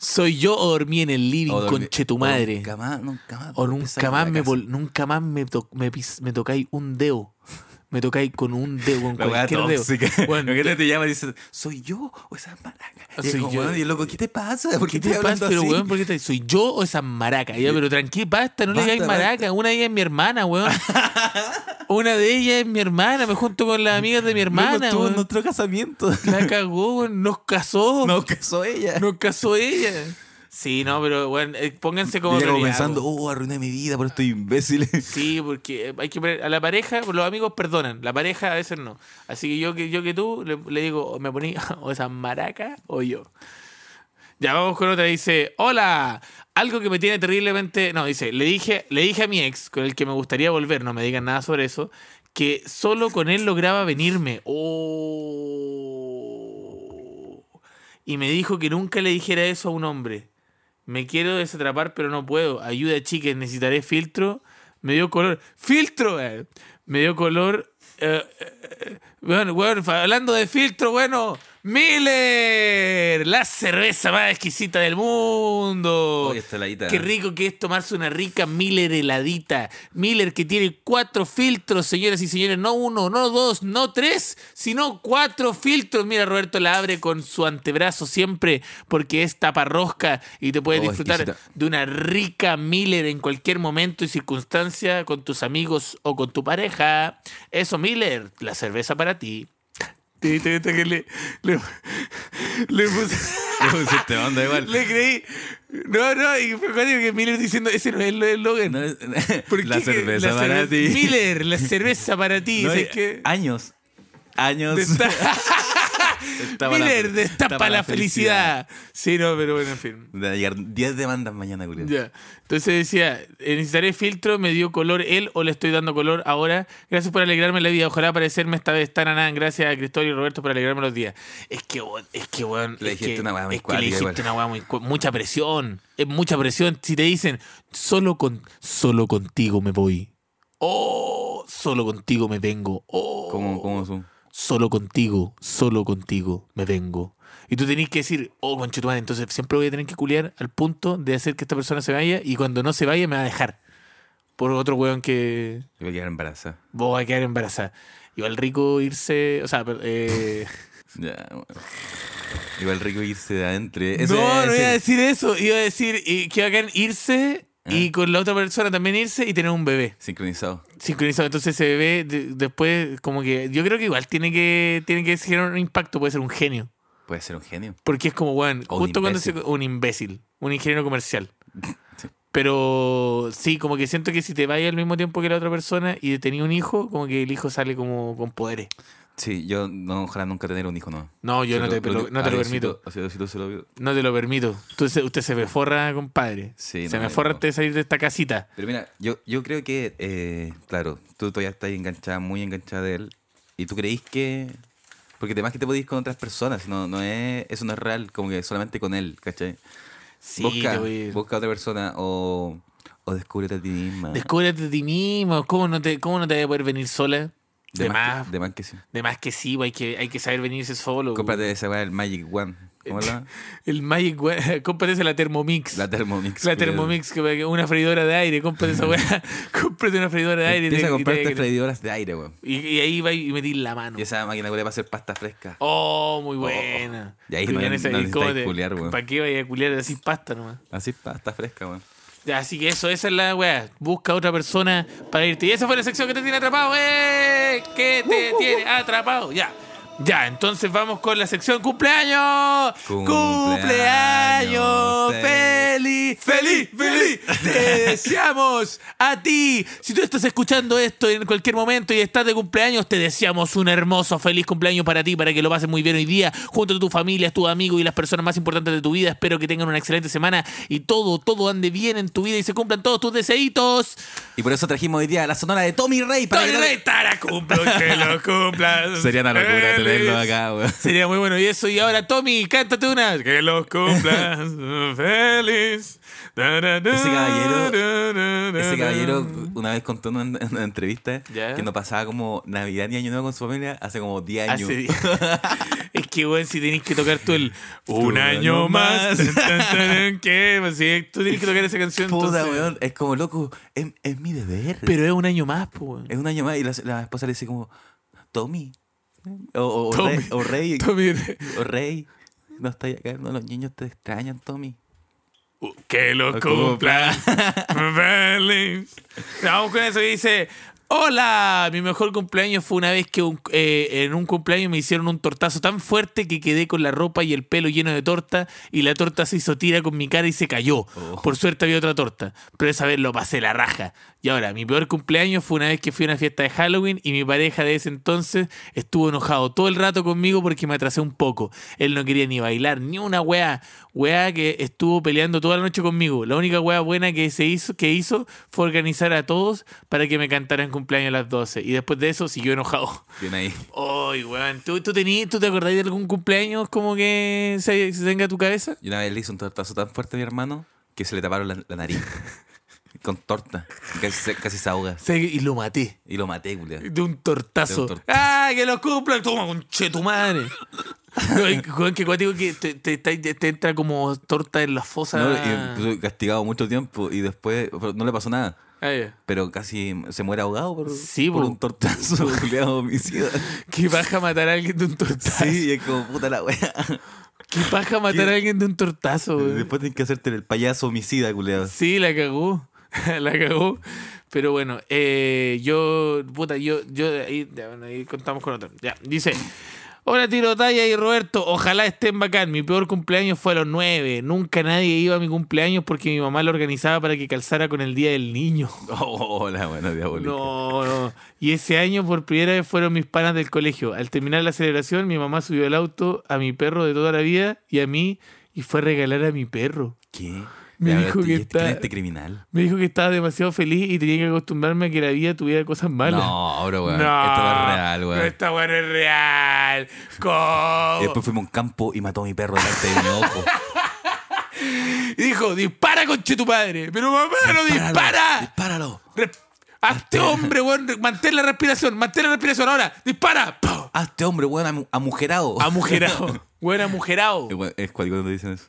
Soy yo o dormí en el living, O dormí- conche tu o madre. Nunca más, nunca más. O golpe nunca esa más me, maracas. vol- nunca más me, to- me, pis- me tocáis un dedo. Me tocáis con un dedo, con [LAUGHS] La weá cualquier dedo. [LAUGHS] tóxica. [LAUGHS] Bueno, Imagínate, te llama y dice, ¿soy yo o esas maracas? Y, es Soy como, yo. weón, y el loco, ¿qué te pasa? ¿Por qué, ¿Qué te te hablando pasa? Pero, así? weón, ¿por qué te- ¿Soy yo o esa maraca? Ya, pero tranqui, basta, no Basta, le digáis maraca. Una de ellas es mi hermana, [LAUGHS] weón. Una de ellas es mi hermana. Me junto con las amigas de mi Loco, hermana, estuvo en weón. [LAUGHS] nuestro casamiento. La cagó, weón. Nos casó. [LAUGHS] No casó ella. Nos casó ella. Sí, no, pero, weón, eh, pónganse como. Y ella como prioridad, pensando, weón. oh, arruiné mi vida por estos [LAUGHS] imbéciles. Sí, porque eh, hay que pre- a la pareja, los amigos perdonan, la pareja a veces no. Así que yo que yo que tú le, le digo, o me poní [LAUGHS] o esa maraca o yo. Ya vamos con otra, dice, hola, algo que me tiene terriblemente, no, dice, le dije, le dije a mi ex, con el que me gustaría volver, no me digan nada sobre eso, que solo con él lograba venirme. Oh. Y me dijo que nunca le dijera eso a un hombre. Me quiero desatrapar, pero no puedo. Ayuda, chicas, necesitaré filtro. Me dio color. ¡Filtro! eh! Me dio color. eh, eh, bueno, bueno, fa- hablando de filtro, bueno, Miller, la cerveza más exquisita del mundo. Oye, esta heladita. [LAUGHS] Qué rico que es tomarse una rica Miller heladita. Miller que tiene cuatro filtros, señoras y señores. No uno, no dos, no tres, sino cuatro filtros. Mira, Roberto la abre con su antebrazo siempre porque es taparrosca y te puedes Oh, disfrutar exquisita. de una rica Miller en cualquier momento y circunstancia con tus amigos o con tu pareja. Eso, Miller, la cerveza para ti. ¿Te diste cuenta que le- le- le puse- te manda este igual. le creí. No, no, y fue cuático que Miller diciendo, ese no es el eslogan. No, [LAUGHS] ¿Por la qué que- cerveza la para cerve- ti. Miller, la cerveza para ti. [LAUGHS] No, ¿sabes y- qué? Años. Años. Desta- [LAUGHS] [LAUGHS] Destapa la- Miller, destapa la felicidad. Sí, no, pero bueno, en fin. De llegar 10 demandas mañana, Julio. Ya. Entonces decía, eh, necesitaré filtro, me dio color él o le estoy dando color ahora. Gracias por alegrarme la vida. Ojalá parecerme esta vez tan anán. Gracias a Cristóbal y Roberto por alegrarme los días. Es que, weón, es que, weón, Le es dijiste que- una weá muy es que le cuática, dijiste igual. una weá muy cu- mucha presión. Es mucha presión. Si te dicen, solo, con, solo contigo me voy. Oh, solo contigo me vengo. Oh, ¿Cómo, cómo su- solo contigo, solo contigo me vengo. Y tú tenés que decir, oh, conchetumare, entonces siempre voy a tener que culiar al punto de hacer que esta persona se vaya y cuando no se vaya me va a dejar. Por otro weón que Yo voy a quedar embarazada. vos vas a quedar embarazada. Igual rico irse, o sea, per- eh, Ya, bueno. Igual rico irse de adentro. no, Eso no iba a iba a decir. decir eso. Iba a decir y, que bacán irse y con la otra persona también irse y tener un bebé Sincronizado. sincronizado. Entonces ese bebé de- después, como que yo creo que igual tiene que, tiene que generar un impacto, puede ser un genio. Puede ser un genio. Porque es como, weón, O un justo cuando se. imbécil. Un imbécil, un ingeniero comercial. [LAUGHS] Sí. Pero sí, como que siento que si te vayas al mismo tiempo que la otra persona y tenía un hijo, como que el hijo sale como con poderes. Sí, yo no, ojalá nunca tener un hijo, no. No, yo no te, pero- no te lo permito. O sea, Diosito se lo vio. No te lo permito. Tú se- usted se me forra, compadre. Sí, se no, me yo forra no. antes de salir de esta casita. Pero mira, yo, yo creo que, eh, claro, tú todavía estás enganchada, muy enganchada de él. Y tú creís que. Porque además que te podís ir con otras personas, no, no es, eso no es real, como que solamente con él, ¿cachai? Sí, te busca, voy- busca a otra persona o, o descúbrete a ti misma. Descúbrete a ti mismo. ¿Cómo no te, cómo no te voy a poder venir sola? De, más. Que, de más que sí. De más que sí, güey, hay que, hay que saber venirse solo. güey. Cómprate esa weá, el Magic One. Eh, ¿Cómo la? El Magic, [LAUGHS] güey, cómprate la Thermomix. La Thermomix. La culiao. Thermomix, que- que una freidora de aire, cómprate esa [LAUGHS] weá. [LAUGHS] cómprate una freidora de aire. y te- Empieza a y te- comprarte freidoras de aire, weón. y, y ahí va y metís la mano. Y esa máquina culia para hacer pasta fresca. Oh, muy buena. Y ahí no- no necesitáis culiar, weón. ¿Para qué vaya a culiar así pasta nomás? Así, pasta fresca, weón. Así que eso, esa es la weá. Busca a otra persona para irte. Y esa fue la sección que te tiene atrapado, ¡eh! Que Uh, te tiene atrapado, ya. Ya, entonces vamos con la sección cumpleaños. Cumpleaños Cumpleaños. Feliz, feliz, feliz. Te deseamos a ti. Si tú estás escuchando esto en cualquier momento y estás de cumpleaños, te deseamos un hermoso, feliz cumpleaños para ti, para que lo pases muy bien hoy día, junto a tu familia, tus amigos y las personas más importantes de tu vida. Espero que tengan una excelente semana y todo, todo ande bien en tu vida y se cumplan todos tus deseitos. Y por eso trajimos hoy día la sonora de Tommy Rey para Tony que no- Rey, tara, cumplo, que lo cumplas. [LAUGHS] Sería una locura tenerlo Feliz. acá, weón. Sería muy bueno. Y eso, y ahora Tommy, cántate una. Que los cumplas [LAUGHS] feliz. Ese Ese caballero- Ese caballero una vez contó en una, en una entrevista Ya. que no pasaba como Navidad ni Año Nuevo con su familia hace como 10 años. Hace- Ah, [LAUGHS] es que, weón, si tenés que tocar tú el un Tú, año no más, tan, más. tan, tan, ¿qué? Si tú tienes que tocar esa canción, [LAUGHS] Puta, entonces- weón. Es como loco. Es, es mi deber. Pero es un año más, po, weón. Es un año más. Y la, la esposa le dice como, Tommy. O, o- o Tommy. Rey. O Rey. Tommy, o Oh, Rey. No está acá. No, los niños te extrañan, Tommy. que lo Lo cumpla. [LAUGHS] Feliz. Vamos con eso que dice. Hola, mi mejor cumpleaños fue una vez que un- eh, en un cumpleaños me hicieron un tortazo tan fuerte que quedé con la ropa y el pelo lleno de torta y la torta se hizo tira con mi cara y se cayó. Oh. Por suerte había otra torta, pero esa vez lo pasé la raja. Y ahora, mi peor cumpleaños fue una vez que fui a una fiesta de Halloween y mi pareja de ese entonces estuvo enojado todo el rato conmigo porque me atrasé un poco. Él no quería ni bailar, ni una weá. Weá que estuvo peleando toda la noche conmigo. La única weá buena que, se hizo, que hizo fue organizar a todos para que me cantaran cumpleaños a las 12. Y después de eso siguió enojado. [LAUGHS] Bien ahí. Ay, weón, ¿tú, tú, tení- ¿tú te acordás de algún cumpleaños como que se, se tenga a tu cabeza? Y una vez le hizo un tortazo tan fuerte a mi hermano que se le taparon la, la [LAUGHS] nariz. con torta. Y Casi, se- casi se ahoga. Sí, Y lo maté. Y lo maté, culiao. De un tortazo. De un tortazo. ¡Ah, que los cumplan! Toma, conche tu madre. No, es que, Juan, que cuático que te, te, te- te entra como torta en la fosa. No, y pues, estuve castigado mucho tiempo y después pero no le pasó nada. Ah, ya. Pero casi se muere ahogado por, Sí, por po. un tortazo [LAUGHS] culiado homicida. Qué paja matar a alguien de un tortazo. Sí, y es como puta la wea. [LAUGHS] Qué paja matar ¿Qué? a alguien de un tortazo, güey. Después tienes que hacerte el payaso homicida, culiado. Sí, la cagó. [LAUGHS] la cagó. Pero bueno, eh, yo, puta, yo, yo, ahí, ya, bueno, ahí contamos con otro. Ya, dice. Hola Tirotaya y Roberto, ojalá estén bacán. Mi peor cumpleaños fue a los nueve. Nunca nadie iba a mi cumpleaños porque mi mamá lo organizaba para que calzara con el Día del Niño. Oh, [LAUGHS] hola, bueno, diabólico. No, no. Y ese año por primera vez fueron mis panas del colegio. Al terminar la celebración, mi mamá subió el auto a mi perro de toda la vida y a mí y fue a regalar a mi perro. ¿Qué? Me Ya, dijo ¿y que este- quién es está- este criminal? Me dijo que estaba demasiado feliz y tenía que acostumbrarme a que la vida tuviera cosas malas. No, bro, weón. No, Esto no es real, No, weón. esta weón es real. Y ¿Cómo? después fuimos a un campo y mató a mi perro delante de mi ojo. Y dijo, dispara, conche tu padre. [LAUGHS] Pero mamá, no dispara. ¡Dispáralo! Re- Hazte hombre, weón. Mantén la respiración. Mantén la respiración ahora. Dispara. ¡Pau! este ¡Hazte hombre, weón! amu- ¡Amujerado! [LAUGHS] Amujerado. Weón, amujerado. Es cual cuando dicen eso.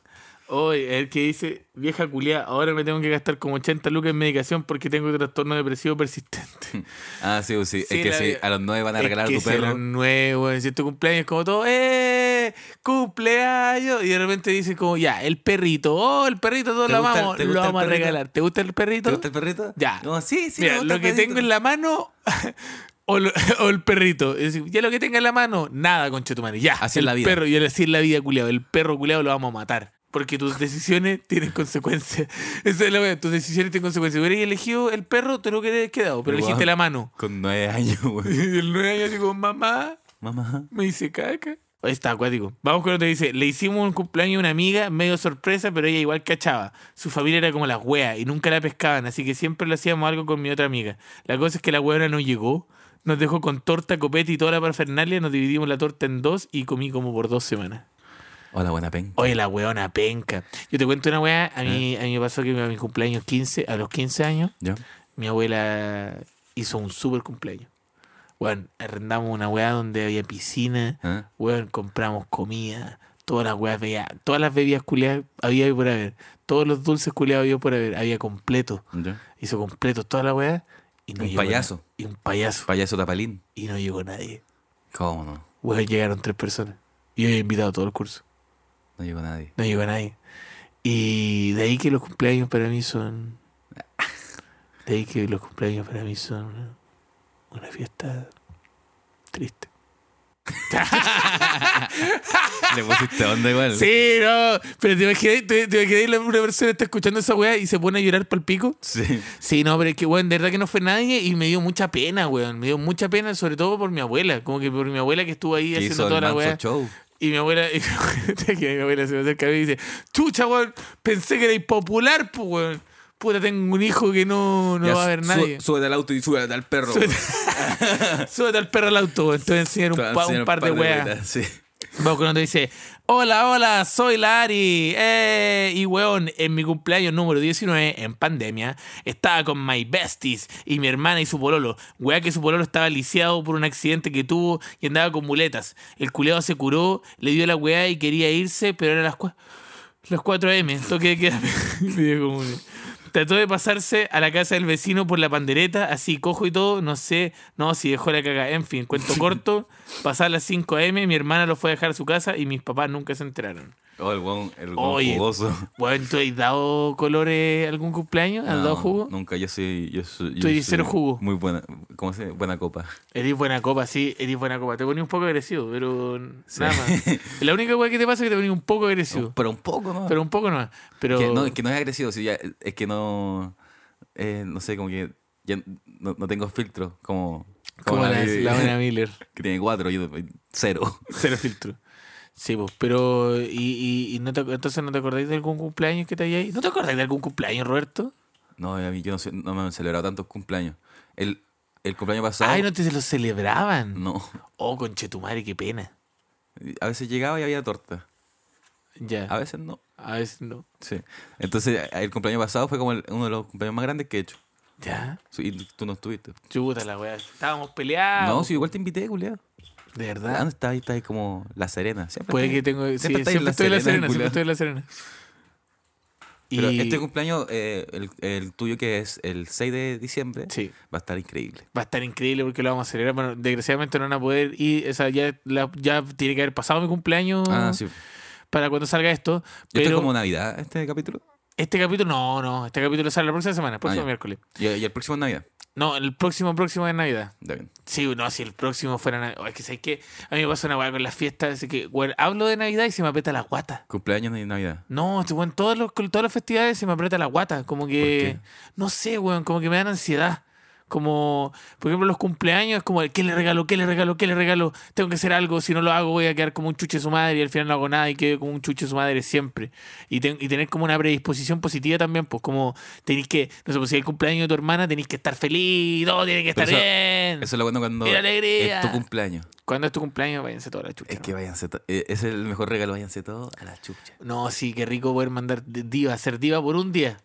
Oye, el que dice, vieja culiá, ahora me tengo que gastar como 80 lucas en medicación porque tengo trastorno depresivo persistente. Ah, sí, sí. Sí, es que la sí, vi- a los nueve van a Es regalar que a tu se perro. lo nuevo, en tu cumpleaños como todo, ¡eh! ¡Cumpleaños! Y de repente dice como, ya, el perrito, ¡oh, el perrito, todos ¿Te lo gusta el- amamos! te Lo gusta el vamos a perrito? regalar. ¿Te gusta el perrito? ¿Te gusta el perrito? Ya. No, sí, sí. me Mira, gusta lo el que perrito. tengo en la mano [LAUGHS] o, lo- [LAUGHS] o el perrito. Es decir, ya lo que tenga en la mano, nada, conchetumare. Ya. Así es el la vida. Perro, y así es la vida, culiado. El perro culiado lo vamos a matar. Porque tus decisiones [LAUGHS] tienen consecuencias. [LAUGHS] Esa es la wea, Tus decisiones tienen consecuencias. Si hubieras elegido el perro, te lo hubieras quedado. Pero Guau. elegiste la mano. [LAUGHS] Con nueve años, Y [LAUGHS] güey. el nueve años así como, mamá, Mamá. me dice caca. Ahí Está acuático. Vamos con lo que dice. Le hicimos un cumpleaños a una amiga, medio sorpresa, pero ella igual cachaba. Su familia era como las weas y nunca la pescaban, así que siempre le hacíamos algo con mi otra amiga. La cosa es que la weona no llegó. Nos dejó con torta, copete y toda la parafernalia. Nos dividimos la torta en dos y comí como por dos semanas. Hola, buena pen. Oye, la weona penca. Yo te cuento una wea. A mí, a mí me pasó que a mi cumpleaños 15, a los 15 años, ¿Ya? mi abuela hizo un super cumpleaños. Bueno, arrendamos una weá donde había piscina. ¿Eh? Weón, compramos comida, todas las weas veía, todas las bebidas culiadas había y por haber, todos los dulces culiados había por haber, había completo, ¿Ya? hizo completo toda la wea y no Un llegó payaso. na- Y un payaso. Payaso tapalín. y no llegó nadie. ¿Cómo no? Weón, llegaron tres personas. Y yo había invitado a todo el curso. No [LAUGHS] llegó nadie. No llegó nadie. Y de ahí que los cumpleaños para mí son. De ahí que los cumpleaños para mí son una, una fiesta triste. Le pusiste onda igual. [LAUGHS] Sí, no. Pero te imaginas, te, te imaginas la- una persona está escuchando esa weá y se pone a llorar pal pico. Sí. Sí, no, pero es que, weón, de verdad que no fue nadie y me dio mucha pena, weón. Me dio mucha pena, sobre todo por mi abuela. Como que por mi abuela que estuvo ahí Que haciendo hizo toda el la manso weá. show. Y mi abuela, [LAUGHS] y mi abuela, que mi abuela se me acerca a mí y dice, chucha, weón, pensé que erais popular, pues, weón. Puta, tengo un hijo que no, no Ya, va a ver su- [LAUGHS] nadie. Súbete al auto y súbete al perro. Súbete- güey. Súbete al perro al auto, weón. Te voy a enseñar [LAUGHS] un, Te van a pa- un enseñar par de weas. Sí. Vamos cuando dice, hola, hola, soy la Ari. eh, y weón, en mi cumpleaños número 19, en pandemia, estaba con my besties y mi hermana y su pololo. Weá que su pololo estaba lisiado por un accidente que tuvo y andaba con muletas. El culeado se curó, le dio la weá y quería irse, pero eran las, cua- las 4 am. Toque de queda. [LAUGHS] medio como que- Trató de pasarse a la casa del vecino por la pandereta, así cojo y todo, no sé, no, si dejó la caga. En fin, [LAUGHS] cuento corto, pasar las 5 a.m., mi hermana lo fue a dejar a su casa y mis papás nunca se enteraron. Oh, el guan, el Oye. guan jugoso. Bueno, ¿tú has dado colores algún cumpleaños? ¿Has dado No, jugo? Nunca, yo soy. Yo soy yo Tú eres soy cero jugo. Muy buena. ¿Cómo se dice? Buena copa. Eres buena copa, sí, eres buena copa. Te poní un poco agresivo, pero Sí. nada [LAUGHS] más. La única weá que te pasa es que te poní un poco agresivo. Pero un poco, ¿no? Pero un poco más. Pero... Que no, es que no es agresivo, sí, ya, es que no. eh, no sé, como que ya no, no tengo filtro, como. Como la, la buena Miller. [LAUGHS] Que tiene cuatro, yo eh, cero. [LAUGHS] Cero filtro. Sí, pues, pero. ¿Y, y, y no te, entonces no te acordáis de algún cumpleaños que te hayáis? ¿No te acordáis de algún cumpleaños, Roberto? No, a mí yo no, sé- no me han celebrado tantos cumpleaños. El, el cumpleaños pasado. Ay, no te se lo celebraban. no. Oh, conchetumare, qué pena. A veces llegaba y había torta. A Ya. veces no. A veces no. Sí. Entonces, el cumpleaños pasado fue como el- uno de los cumpleaños más grandes que he hecho. Ya. Sí, Y tú no estuviste. Chuta la weá. Estábamos peleados. No, sí, igual te invité, culiado. De ¿A verdad. ¿Dónde estás? Ahí estás ahí como La Serena. Siempre Ah. Puede estás- que tengo. sí, siempre Siempre, estáis en La estoy en la serena, Serena, siempre culiao. estoy en la serena. Pero Y- este cumpleaños, eh, el, el tuyo que es el 6 de diciembre, Sí. va a estar increíble. Va a estar increíble porque lo vamos a celebrar. Bueno, desgraciadamente no van a poder ir. O sea, ya, la- ya tiene que haber pasado mi cumpleaños Ah, sí. Yo para cuando salga esto. Pero estoy como Navidad, este capítulo. Este capítulo, no, no. Este capítulo sale la próxima semana, el próximo ya. miércoles. Y, y el próximo es Navidad. No, el próximo, próximo es Navidad. Está bien. Sí, no, si el próximo fuera Navidad. Es que, ¿sabes qué? A mí me pasa una weá con las fiestas. Así que, weón, hablo de Navidad y se me aprieta la guata. Cumpleaños y Navidad. No, este weón, todos los, con todas las festividades se me aprieta la guata. Como que. ¿Por No sé, weón, como que me dan ansiedad. Como, por ejemplo, los cumpleaños, es como, ¿qué le regalo? ¿Qué le regalo? ¿Qué le regalo? Tengo que hacer algo, si no lo hago voy a quedar como un chuche de su madre y al final no hago nada y quedo como un chuche de su madre siempre. Y, ten- y tener como una predisposición positiva también, pues como tenéis que, no sé, pues si es el cumpleaños de tu hermana tenéis que estar feliz, todo tiene que Pero estar eso- bien. Eso es lo bueno cuando ¡Qué Mm. alegría! es tu cumpleaños. Cuando es tu cumpleaños, váyanse toda la chucha. Es ¿no? que váyanse to- eh, Es el mejor regalo, váyanse todos a la chucha. No, sí, qué rico poder mandar de- diva, ser diva por un día.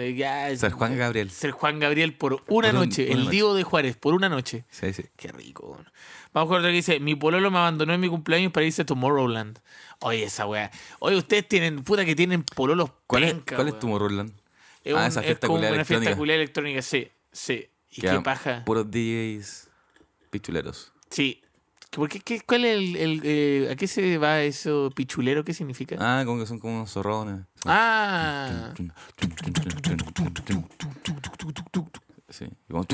Eh, ya- San Juan Gabriel. Ser Juan Gabriel por una un- noche. una el noche. Divo de Juárez, por una noche. Sí, sí. Qué rico. weón. Vamos con otra que dice, mi pololo me abandonó en mi cumpleaños para irse a Tomorrowland. Oye, esa weá. Oye, ustedes tienen, puta que tienen pololos ¿Cuál, es, penca, ¿cuál es weón. tu Roland? Es, Ah, un- esa es fiesta como culiada una fiesta electrónica. culiada electrónica, sí. Sí. Y Que qué eran paja. Puros DJs pichuleros. Sí. ¿Por qué, qué- ¿Cuál es el, el, eh, ¿A qué se va eso pichulero? ¿Qué significa? Ah, como que son como unos zorrones. Ah. Sí. Y como...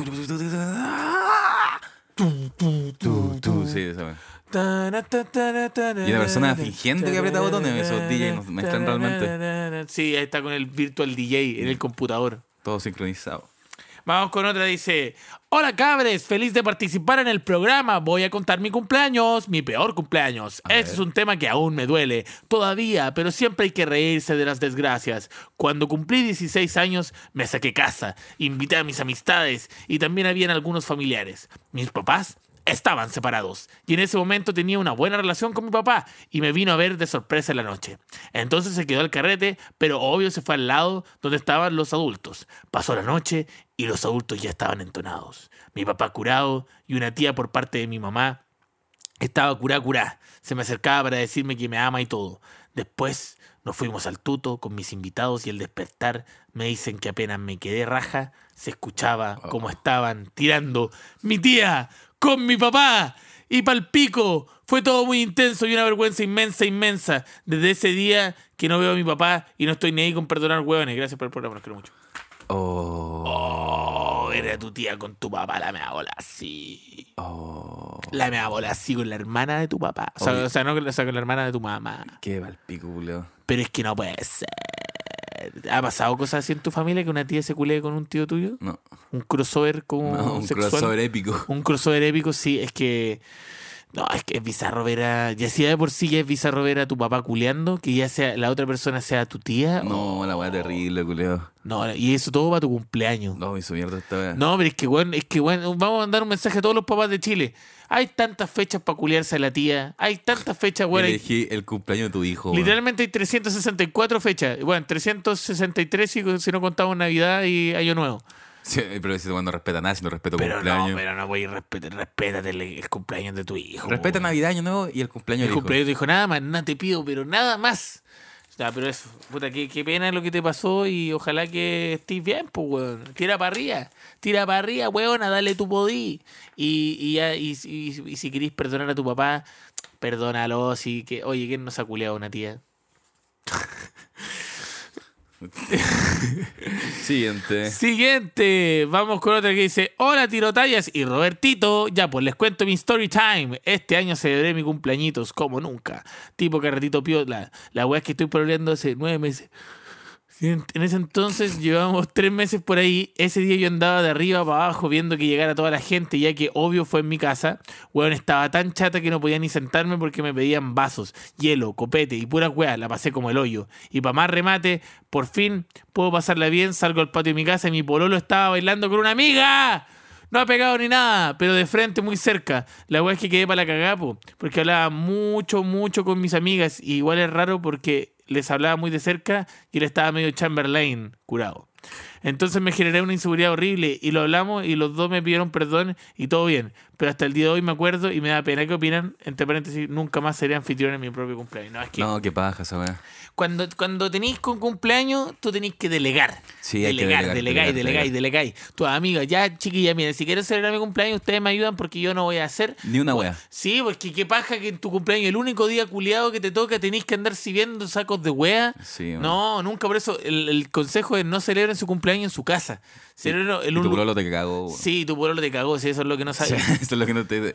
Tú, tú, sí, esa weá. Y una persona fingiendo que aprieta botones, esos DJ nos mezclan realmente. Sí, ahí está con el virtual DJ en el computador. Todo sincronizado. Vamos con otra, dice. Hola cabres, feliz de participar en el programa. Voy a contar mi cumpleaños, mi peor cumpleaños. A este ver. es un tema que aún me duele, todavía, pero siempre hay que reírse de las desgracias. Cuando cumplí 16 años, me saqué casa, invité a mis amistades y también habían algunos familiares. Mis papás estaban separados y en ese momento tenía una buena relación con mi papá y me vino a ver de sorpresa en la noche. Entonces se quedó al carrete, pero obvio se fue al lado donde estaban los adultos. Pasó la noche y los adultos ya estaban entonados. Mi papá curado y una tía por parte de mi mamá estaba curá, curá. Se me acercaba para decirme que me ama y todo. Después nos fuimos al tuto con mis invitados y al despertar me dicen que apenas me quedé raja, se escuchaba como estaban tirando mi tía con mi papá y palpico. Fue todo muy intenso y una vergüenza inmensa, inmensa. Desde ese día que no veo a mi papá y no estoy ni ahí con perdonar hueones. Gracias por el programa, los quiero mucho. Oh, Oh, era tu tía con tu papá, la me bola así. oh. La me bola así con la hermana de tu papá. O sea, Obvio. o sea, no con la, o sea, con la hermana de tu mamá. Qué valpico, culiao. Pero es que no puede ser. ¿Ha pasado cosas así en tu familia que una tía se culé con un tío tuyo? No, ¿Un crossover como no, un Oh, sexual? crossover épico. Un crossover épico, sí, es que. No, es que es bizarro ver a. Ya si de por sí ya es bizarro ver a tu papá culeando, que ya sea la otra persona sea tu tía. o- No, la weá terrible, culiao. no, y eso todo para tu cumpleaños. No, me hizo mierda esta weá. No, pero es que, bueno, es que, bueno, vamos a mandar un mensaje a todos los papás de Chile. Hay tantas fechas para culiarse a la tía. Hay tantas fechas, bueno. hay- Elegí el cumpleaños de tu hijo. weón. Literalmente hay 364 fechas. Bueno, 363 si, si no contamos Navidad y Año Nuevo. Sí, pero si no respeta nada, si no respeta Pero cumpleaños. no, pero no, voy respetar, respétate el, el cumpleaños de tu hijo. Respeta po. Navidad, Año Nuevo y el cumpleaños El del hijo. cumpleaños de tu hijo, nada más, nada te pido, pero nada más. Ya, pero eso, puta, qué, qué pena lo que te pasó y ojalá que estés bien, pues, weón. Tira para arriba, tira para arriba, weona, dale tu podí. Y, y, ya- y, y- y si querís perdonar a tu papá, perdónalo. Si que, oye, ¿quién nos ha culeado a una tía? Siguiente. Siguiente, vamos con otra que dice: Hola, tirotallas y Robertito. Ya, pues les cuento mi story time. Este año celebré mi cumpleañitos como nunca. Tipo carretito piola. La weá es que estoy pololeando hace nueve meses. En en ese entonces llevábamos tres meses por ahí. Ese día yo andaba de arriba para abajo viendo que llegara toda la gente, ya que obvio fue en mi casa. Weón, estaba tan chata que no podía ni sentarme porque me pedían vasos, hielo, copete y pura weá. La pasé como el hoyo. Y para más remate, por fin puedo pasarla bien. Salgo al patio de mi casa y mi pololo estaba bailando con una amiga. No ha pegado ni nada, pero de frente, muy cerca. La weá es que quedé para la cagapo, porque hablaba mucho, mucho con mis amigas. Y igual es raro porque les hablaba muy de cerca y él estaba medio Chamberlain curado. Entonces me generé una inseguridad horrible y lo hablamos y los dos me pidieron perdón y todo bien. Pero hasta el día de hoy me acuerdo y me da pena. ¿Qué opinan? Entre paréntesis, nunca más seré anfitrión en mi propio cumpleaños. No, es que No, qué paja esa weá. cuando, cuando tenéis con cumpleaños, tú tenéis que delegar. Sí, hay que delegar, delegar, delegar, delegar, delegar, delegar. Tus amigas, ya chiquilla, miren, si quiero celebrar mi cumpleaños, ustedes me ayudan porque yo no voy a hacer. Ni una weá. Sí, porque qué paja que en tu cumpleaños, el único día culiado que te toca, tenéis que andar sirviendo sacos de wea. Sí, weón. no, nunca, por eso el, el consejo es no celebren su cumpleaños en su casa. Celebren Y el tu un- pololo te cagó. weón. Sí, tu pololo te cagó, si eso es lo que no [LAUGHS] Sí, sabes. Eso es lo que no te.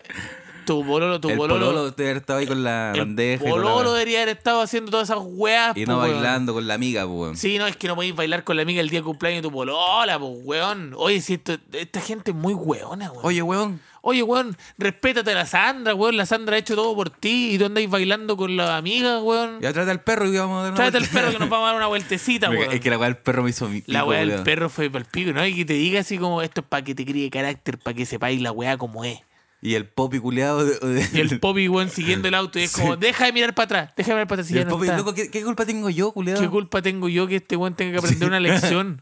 Tu pololo, tu el pololo. pololo te haber estado ahí con la el bandeja. y toda la pololo weá. debería haber estado haciendo todas esas weas. Y po, no weón. bailando con la amiga, po, weón. Sí, no, es que no podéis bailar con la amiga el día de cumpleaños de tu polola, pues, weón. Oye, si esto- esta gente es muy weona, weón. Oye, Oye, weón. weón, respétate a la Sandra, weón. La Sandra ha hecho todo por ti y tú andáis bailando con la amiga, weón. Ya tráete al perro y vamos a dar una Tráete al vuelta. [LAUGHS] perro que nos vamos a dar una vueltecita, Me- weón. Es que la weá del perro me hizo mi La pico, weá del culiao. perro fue para el pico, ¿no? Y que te diga así como esto es para que te críe carácter, para que sepáis la weá como es. Y el popi culeado. de- de- Y [LAUGHS] el Poppy, weón, siguiendo el auto. Y es como, deja de mirar para atrás, deja de mirar para atrás. si y el ya no popi, está. loco, ¿qué, qué culpa tengo yo, culeado? ¿Qué culpa tengo yo que este weón tenga que aprender una [LAUGHS] lección?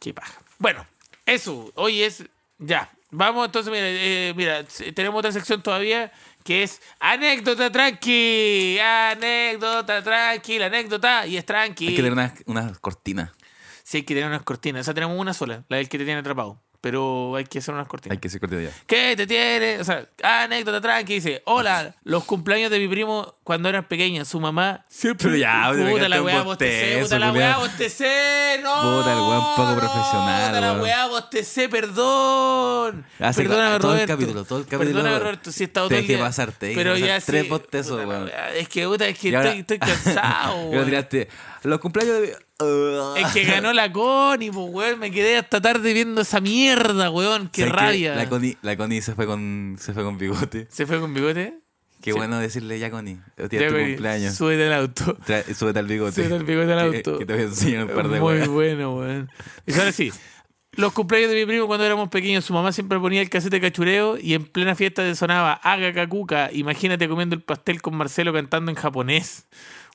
Qué paja. Bueno, eso. Hoy es. Ya. Vamos entonces, mira, eh, mira, s- tenemos otra sección todavía que es anécdota tranqui. Anécdota tranqui. La anécdota y es tranqui. Hay que tener unas, unas cortinas. Sí, hay que tener unas cortinas. O sea, tenemos una sola, la del que te tiene atrapado. Pero hay que hacer unas cortinas. Hay que ser cortina ya. ¿Qué te tiene? O sea, anécdota tranqui. Dice, hola, los cumpleaños de mi primo cuando eran pequeños, su mamá... Siempre... Pero ya, puta te pegaste la un weá, bostecé, bostezo, puta la weá, culiao. bostecé, no. Puta, el weón poco no, profesional, Puta la weón. weá, bostecé, perdón. Hace Perdóname, todo el Roberto. capítulo, todo el capítulo. Perdóname, Roberto, sí he estado Te todo el dejé día. pasarte, dejé Pero pasar ya sí. tres bostezos, puta la weón. weá, Es que, puta, es que Y ahora- estoy, estoy cansado, Y [LAUGHS] lo Ah, weón. tiraste. Los cumpleaños de. mi- Ah. [LAUGHS] Es que ganó la Connie, pues, weón. Me quedé hasta tarde viendo esa mierda, weón. Qué ¿Sabes qué? rabia. La Connie, la Connie se, fue con, se fue con bigote. ¿Se fue con bigote? Qué Sí. bueno decirle ya, Connie. Hoy día Ya, es tu güey, cumpleaños. Súbete al auto. Tra- Súbete al bigote. Súbete al bigote al Que- auto. Que, te voy a enseñar [LAUGHS] un par de Muy weas. bueno, weón. Y ahora sí. Los cumpleaños de mi primo cuando éramos pequeños, su mamá siempre ponía el casete de cachureo y en plena fiesta sonaba Aga Kakuka, imagínate comiendo el pastel con Marcelo cantando en japonés.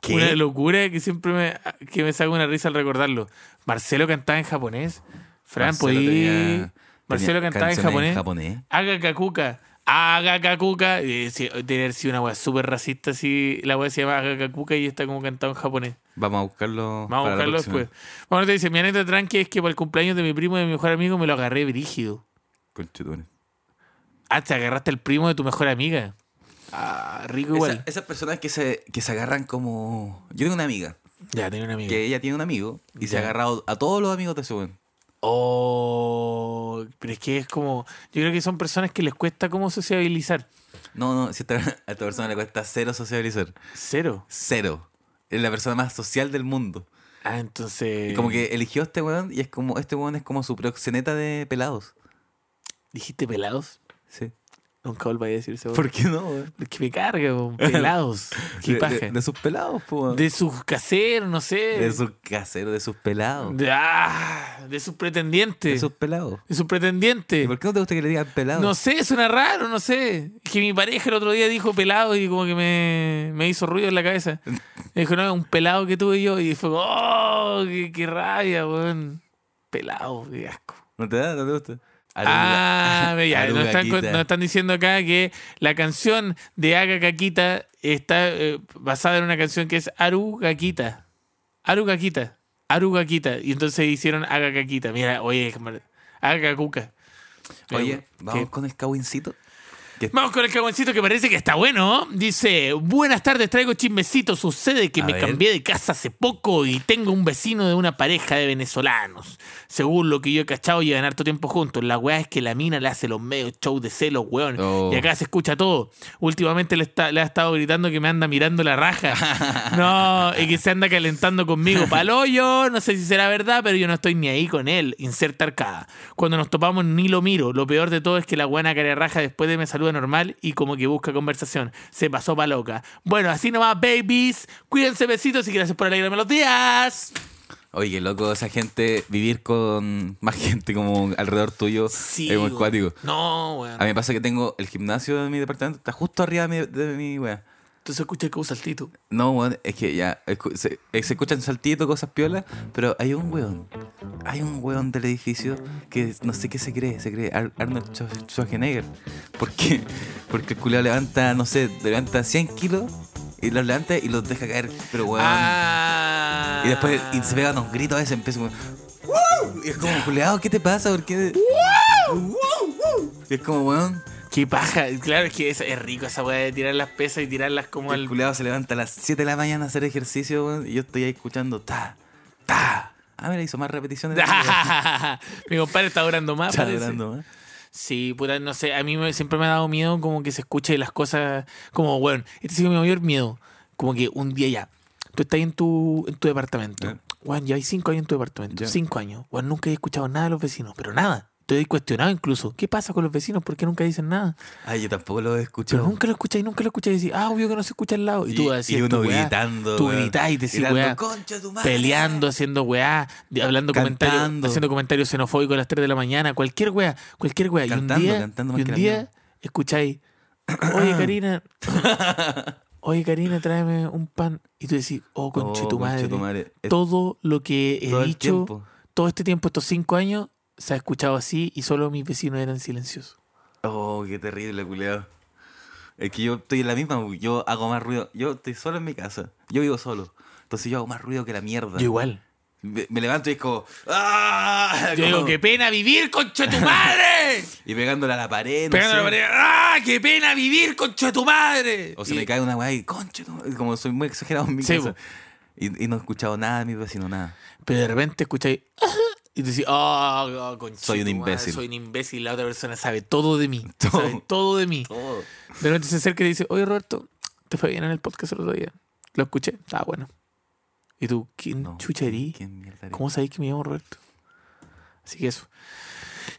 ¿Qué? Una locura que siempre me, que me saca una risa al recordarlo. ¿Marcelo cantaba en japonés? Fran, Marcelo podí- tenía- Marcelo tenía cantaba en canciones japonés. En japonés. Haga cacuca. Haga cacuca. Eh, sí, Debe haber sido una wea súper racista si la wea se llama Haga cacuca y está como cantado en japonés. Vamos a Vamos a buscarlo. para la buscarlo próxima. después. Bueno, te dice, mi anécdota tranqui es que para el cumpleaños de mi primo y de mi mejor amigo me lo agarré brígido. Conchetumare. Ah, te agarraste al primo de tu mejor amiga. Ah, rico igual. Esa- esas personas que se, que se agarran como. Yo tengo una amiga Ya, tenía una amiga. que ella tiene un amigo y se Ya. ha agarrado a todos los amigos de su weón. Oh, pero es que es como... Yo creo que son personas que les cuesta como sociabilizar. No, no, si esta- a esta persona le cuesta cero socializar. Cero. Cero. Es la persona más social del mundo. Ah, entonces... Y como que eligió a este weón y es como, este weón es como su proxeneta de pelados. ¿Dijiste pelados? Sí. Nunca volváis a decir esa wea. ¿Por qué no, weón? Porque me carga, [LAUGHS] po, pelados. Qué De, paja. de- de sus pelados, po, weón. De sus caseros, no sé. De sus caseros, de sus pelados. De- ah, de sus pretendientes. De sus pelados. De sus ¿Y pretendientes. por qué no te gusta que le digan pelados? No sé, suena raro, no sé. Es que mi pareja el otro día dijo pelado y como que me, me hizo ruido en la cabeza. Me dijo, no, un pelado que tuve yo. Y fue, como, oh, qué, qué rabia, weón. Pelado, qué asco. ¿No te da? ¿No te gusta? Ah, Aruga- ya, nos están, con- arugaquita. nos están diciendo acá que la canción de Aga Caquita está eh, basada en una canción que es Arugaquita. Arugaquita. Arugaquita. Y entonces hicieron Aga Caquita. Mira, oye, cámara. Aga Cacuca. Mira, Oye, vamos ¿qué? con el cawincito. Vamos con el cagoncito que parece que está bueno. Dice, buenas tardes, traigo chismecito. Sucede que A me ver. cambié de casa hace poco y tengo un vecino de una pareja de venezolanos. Según lo que yo he cachado, llevan harto tiempo juntos. La weá es que la mina le hace los medios show de celos, weón. Oh. Y acá se escucha todo. Últimamente le, está- le ha estado gritando que me anda mirando la [LAUGHS] raja. No, y que se anda calentando conmigo. Paloyo, no sé si será verdad, pero yo no estoy ni ahí con él. Inserta arcada. Cuando nos topamos ni lo miro. Lo peor de todo es que la buena cara de raja después de me saluda normal y como que busca conversación. Se pasó pa' loca. Bueno, así nomás, babies. Cuídense, besitos y gracias por alegrarme los días. Oye, qué loco, esa gente, vivir con más gente como alrededor tuyo es muy weón. cuático. No, weón. A mí me pasa que tengo el gimnasio de mi departamento, está justo arriba de mi, de mi wea. Entonces escuché como un saltito. No, weón, es que ya escu- se, eh, se escuchan saltitos, cosas piolas, pero hay un weón, hay un weón del edificio que no sé qué se cree, se cree Ar- Arnold Schwar- Schwarzenegger. ¿Por qué? Porque el culiao levanta, no sé, levanta 100 kilos y los levanta y los deja caer, pero weón. Ah. Y después y se pegan unos gritos a veces, empieza como. "Woo", Y es como, culiao, ¿qué te pasa? ¿Por qué? Y es como, weón, Qué paja. Claro, es que es, es rico esa weá de tirar las pesas y tirarlas como el [LAUGHS] al culiao se levanta a las 7 de la mañana a hacer ejercicio, weón, y yo estoy ahí escuchando, ta, ta. Ah, mira, hizo más [LAUGHS] repeticiones. de la vida. Mi compadre está orando más. Está Ah, parece. durando, ¿eh? Sí, puta, no sé. A mí me- siempre me ha dado miedo como que se escuche las cosas. Como, bueno, este ha sido mi mayor miedo. Como que un día ya. Tú estás ahí en tu, en tu departamento. Ya. Bueno, ya hay cinco años en tu departamento. Ya. Cinco años. Bueno, nunca he escuchado nada de los vecinos. Pero nada. Estoy cuestionado incluso. ¿Qué pasa con los vecinos? ¿Por qué nunca dicen nada? Ay, yo tampoco lo he Pero escuchado. nunca lo escucháis, nunca lo escucháis. Y decís, ah, obvio que no se escucha al lado. Y, tú decís, y "Esta uno weá". gritando. tú weón. gritás y decís, Gritando, weá, "Concha tu madre". peleando, haciendo weá, de- hablando comentarios, Cantando. haciendo comentarios xenofóbicos a las 3 de la mañana, cualquier weá, cualquier weá. Cantando, y un día, y cantando más un que la día mierda. escucháis, oye [LAUGHS] Karina, oye Karina, tráeme un pan. Y tú decís, oh, conche Oh, tu madre. conchetumadre. Es Todo lo que he todo el dicho, tiempo. todo este tiempo, estos cinco años, se ha escuchado así y solo mis vecinos eran silenciosos. Oh, qué terrible, culeado. Es que yo estoy en la misma, bu, yo hago más ruido. Yo estoy solo en mi casa, yo vivo solo. Entonces yo hago más ruido que la mierda. Yo igual. Me, me levanto y es como... ¡Ah! Yo digo, Como- qué pena vivir, conche tu [LAUGHS] madre. Y pegándola a la pared. no Pegándole sé. a la pared, ¡ah! ¡Qué pena vivir, conche tu madre! O se Y- me cae una weá y concha, tu-", como soy muy exagerado en mi Sí, casa. bu. Y, y no he escuchado nada de mi vecino, nada. Pero de repente escucháis. [LAUGHS] "Ah", Y decís, ah, ah, conchito, Soy un madre, imbécil. soy un imbécil. La otra persona sabe todo de mí. Todo. Sabe todo de mí. De repente se acerca y te dice, oye Roberto, te fue bien en el podcast el otro día. Lo escuché, estaba bueno. Y tú, ¿quién No, chucha erí? ¿Quién mierda eres? ¿Cómo sabéis que me llamo Roberto? Así que eso.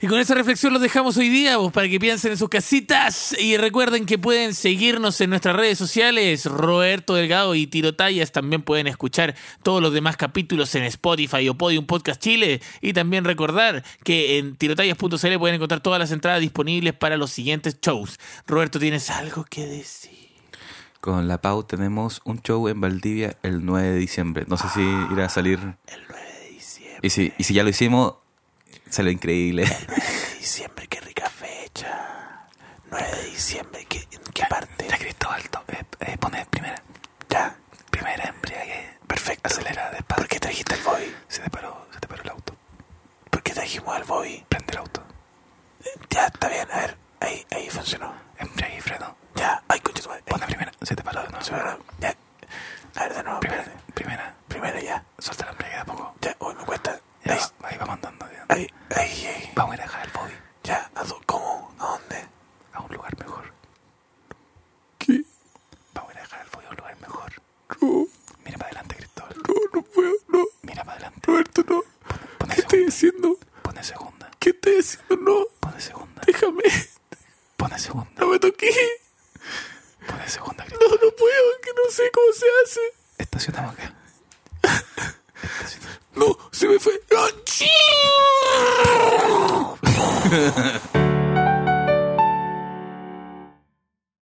Y con esa reflexión los dejamos hoy día, vos, para que piensen en sus casitas y recuerden que pueden seguirnos en nuestras redes sociales, Roberto Delgado y Tirotallas. También pueden escuchar todos los demás capítulos en Spotify o Podium Podcast Chile. Y también recordar que en tirotallas.cl pueden encontrar todas las entradas disponibles para los siguientes shows. Roberto, ¿tienes algo que decir? Con la Pau tenemos un show en Valdivia el 9 de diciembre. No sé si irá a salir. Ah, El 9 de diciembre. Y si, y si ya lo hicimos, [LAUGHS] salió increíble. diciembre, qué rica fecha. 9 de diciembre, ¿qué, ¿en qué parte? Ya, Cristóbal, pones eh, primera. Ya, primera, embriague. Perfecto. Acelera, despacio. ¿Por qué trajiste el boy? Se te paró, se te paró el auto. ¿Por qué trajimos el boy? Prende el auto. Ya, está bien, a ver, ahí, ahí funcionó. Embriague y freno. Ya, ay, coño, pon la primera. Se te paró, no. eh. Se paró, ya. A ver, de nuevo. Primera, primera. Primera, ya. Suelta la embriague de a poco. Ya, hoy me cuesta. ahí, ahí vamos andando. Ya. Ahí, ahí, ahí. Vamos a ir a dejar el body. Ya, ¿a dó- ¿cómo? ¿A dónde? A un lugar mejor. ¿Qué? Vamos a ir a dejar el body a un lugar mejor. No. Mira para adelante, Cristóbal. No, no puedo, no. Mira para adelante. Roberto, no. ¿Qué estoy haciendo? Pone segunda. ¿Qué estoy haciendo? No. Pone segunda. Déjame. Pone segunda. No me toqué. Pone segunda, Cristóbal. No, no puedo, que no sé cómo se hace. Estacionamos acá. No, se me fue. ¡Ah, chi!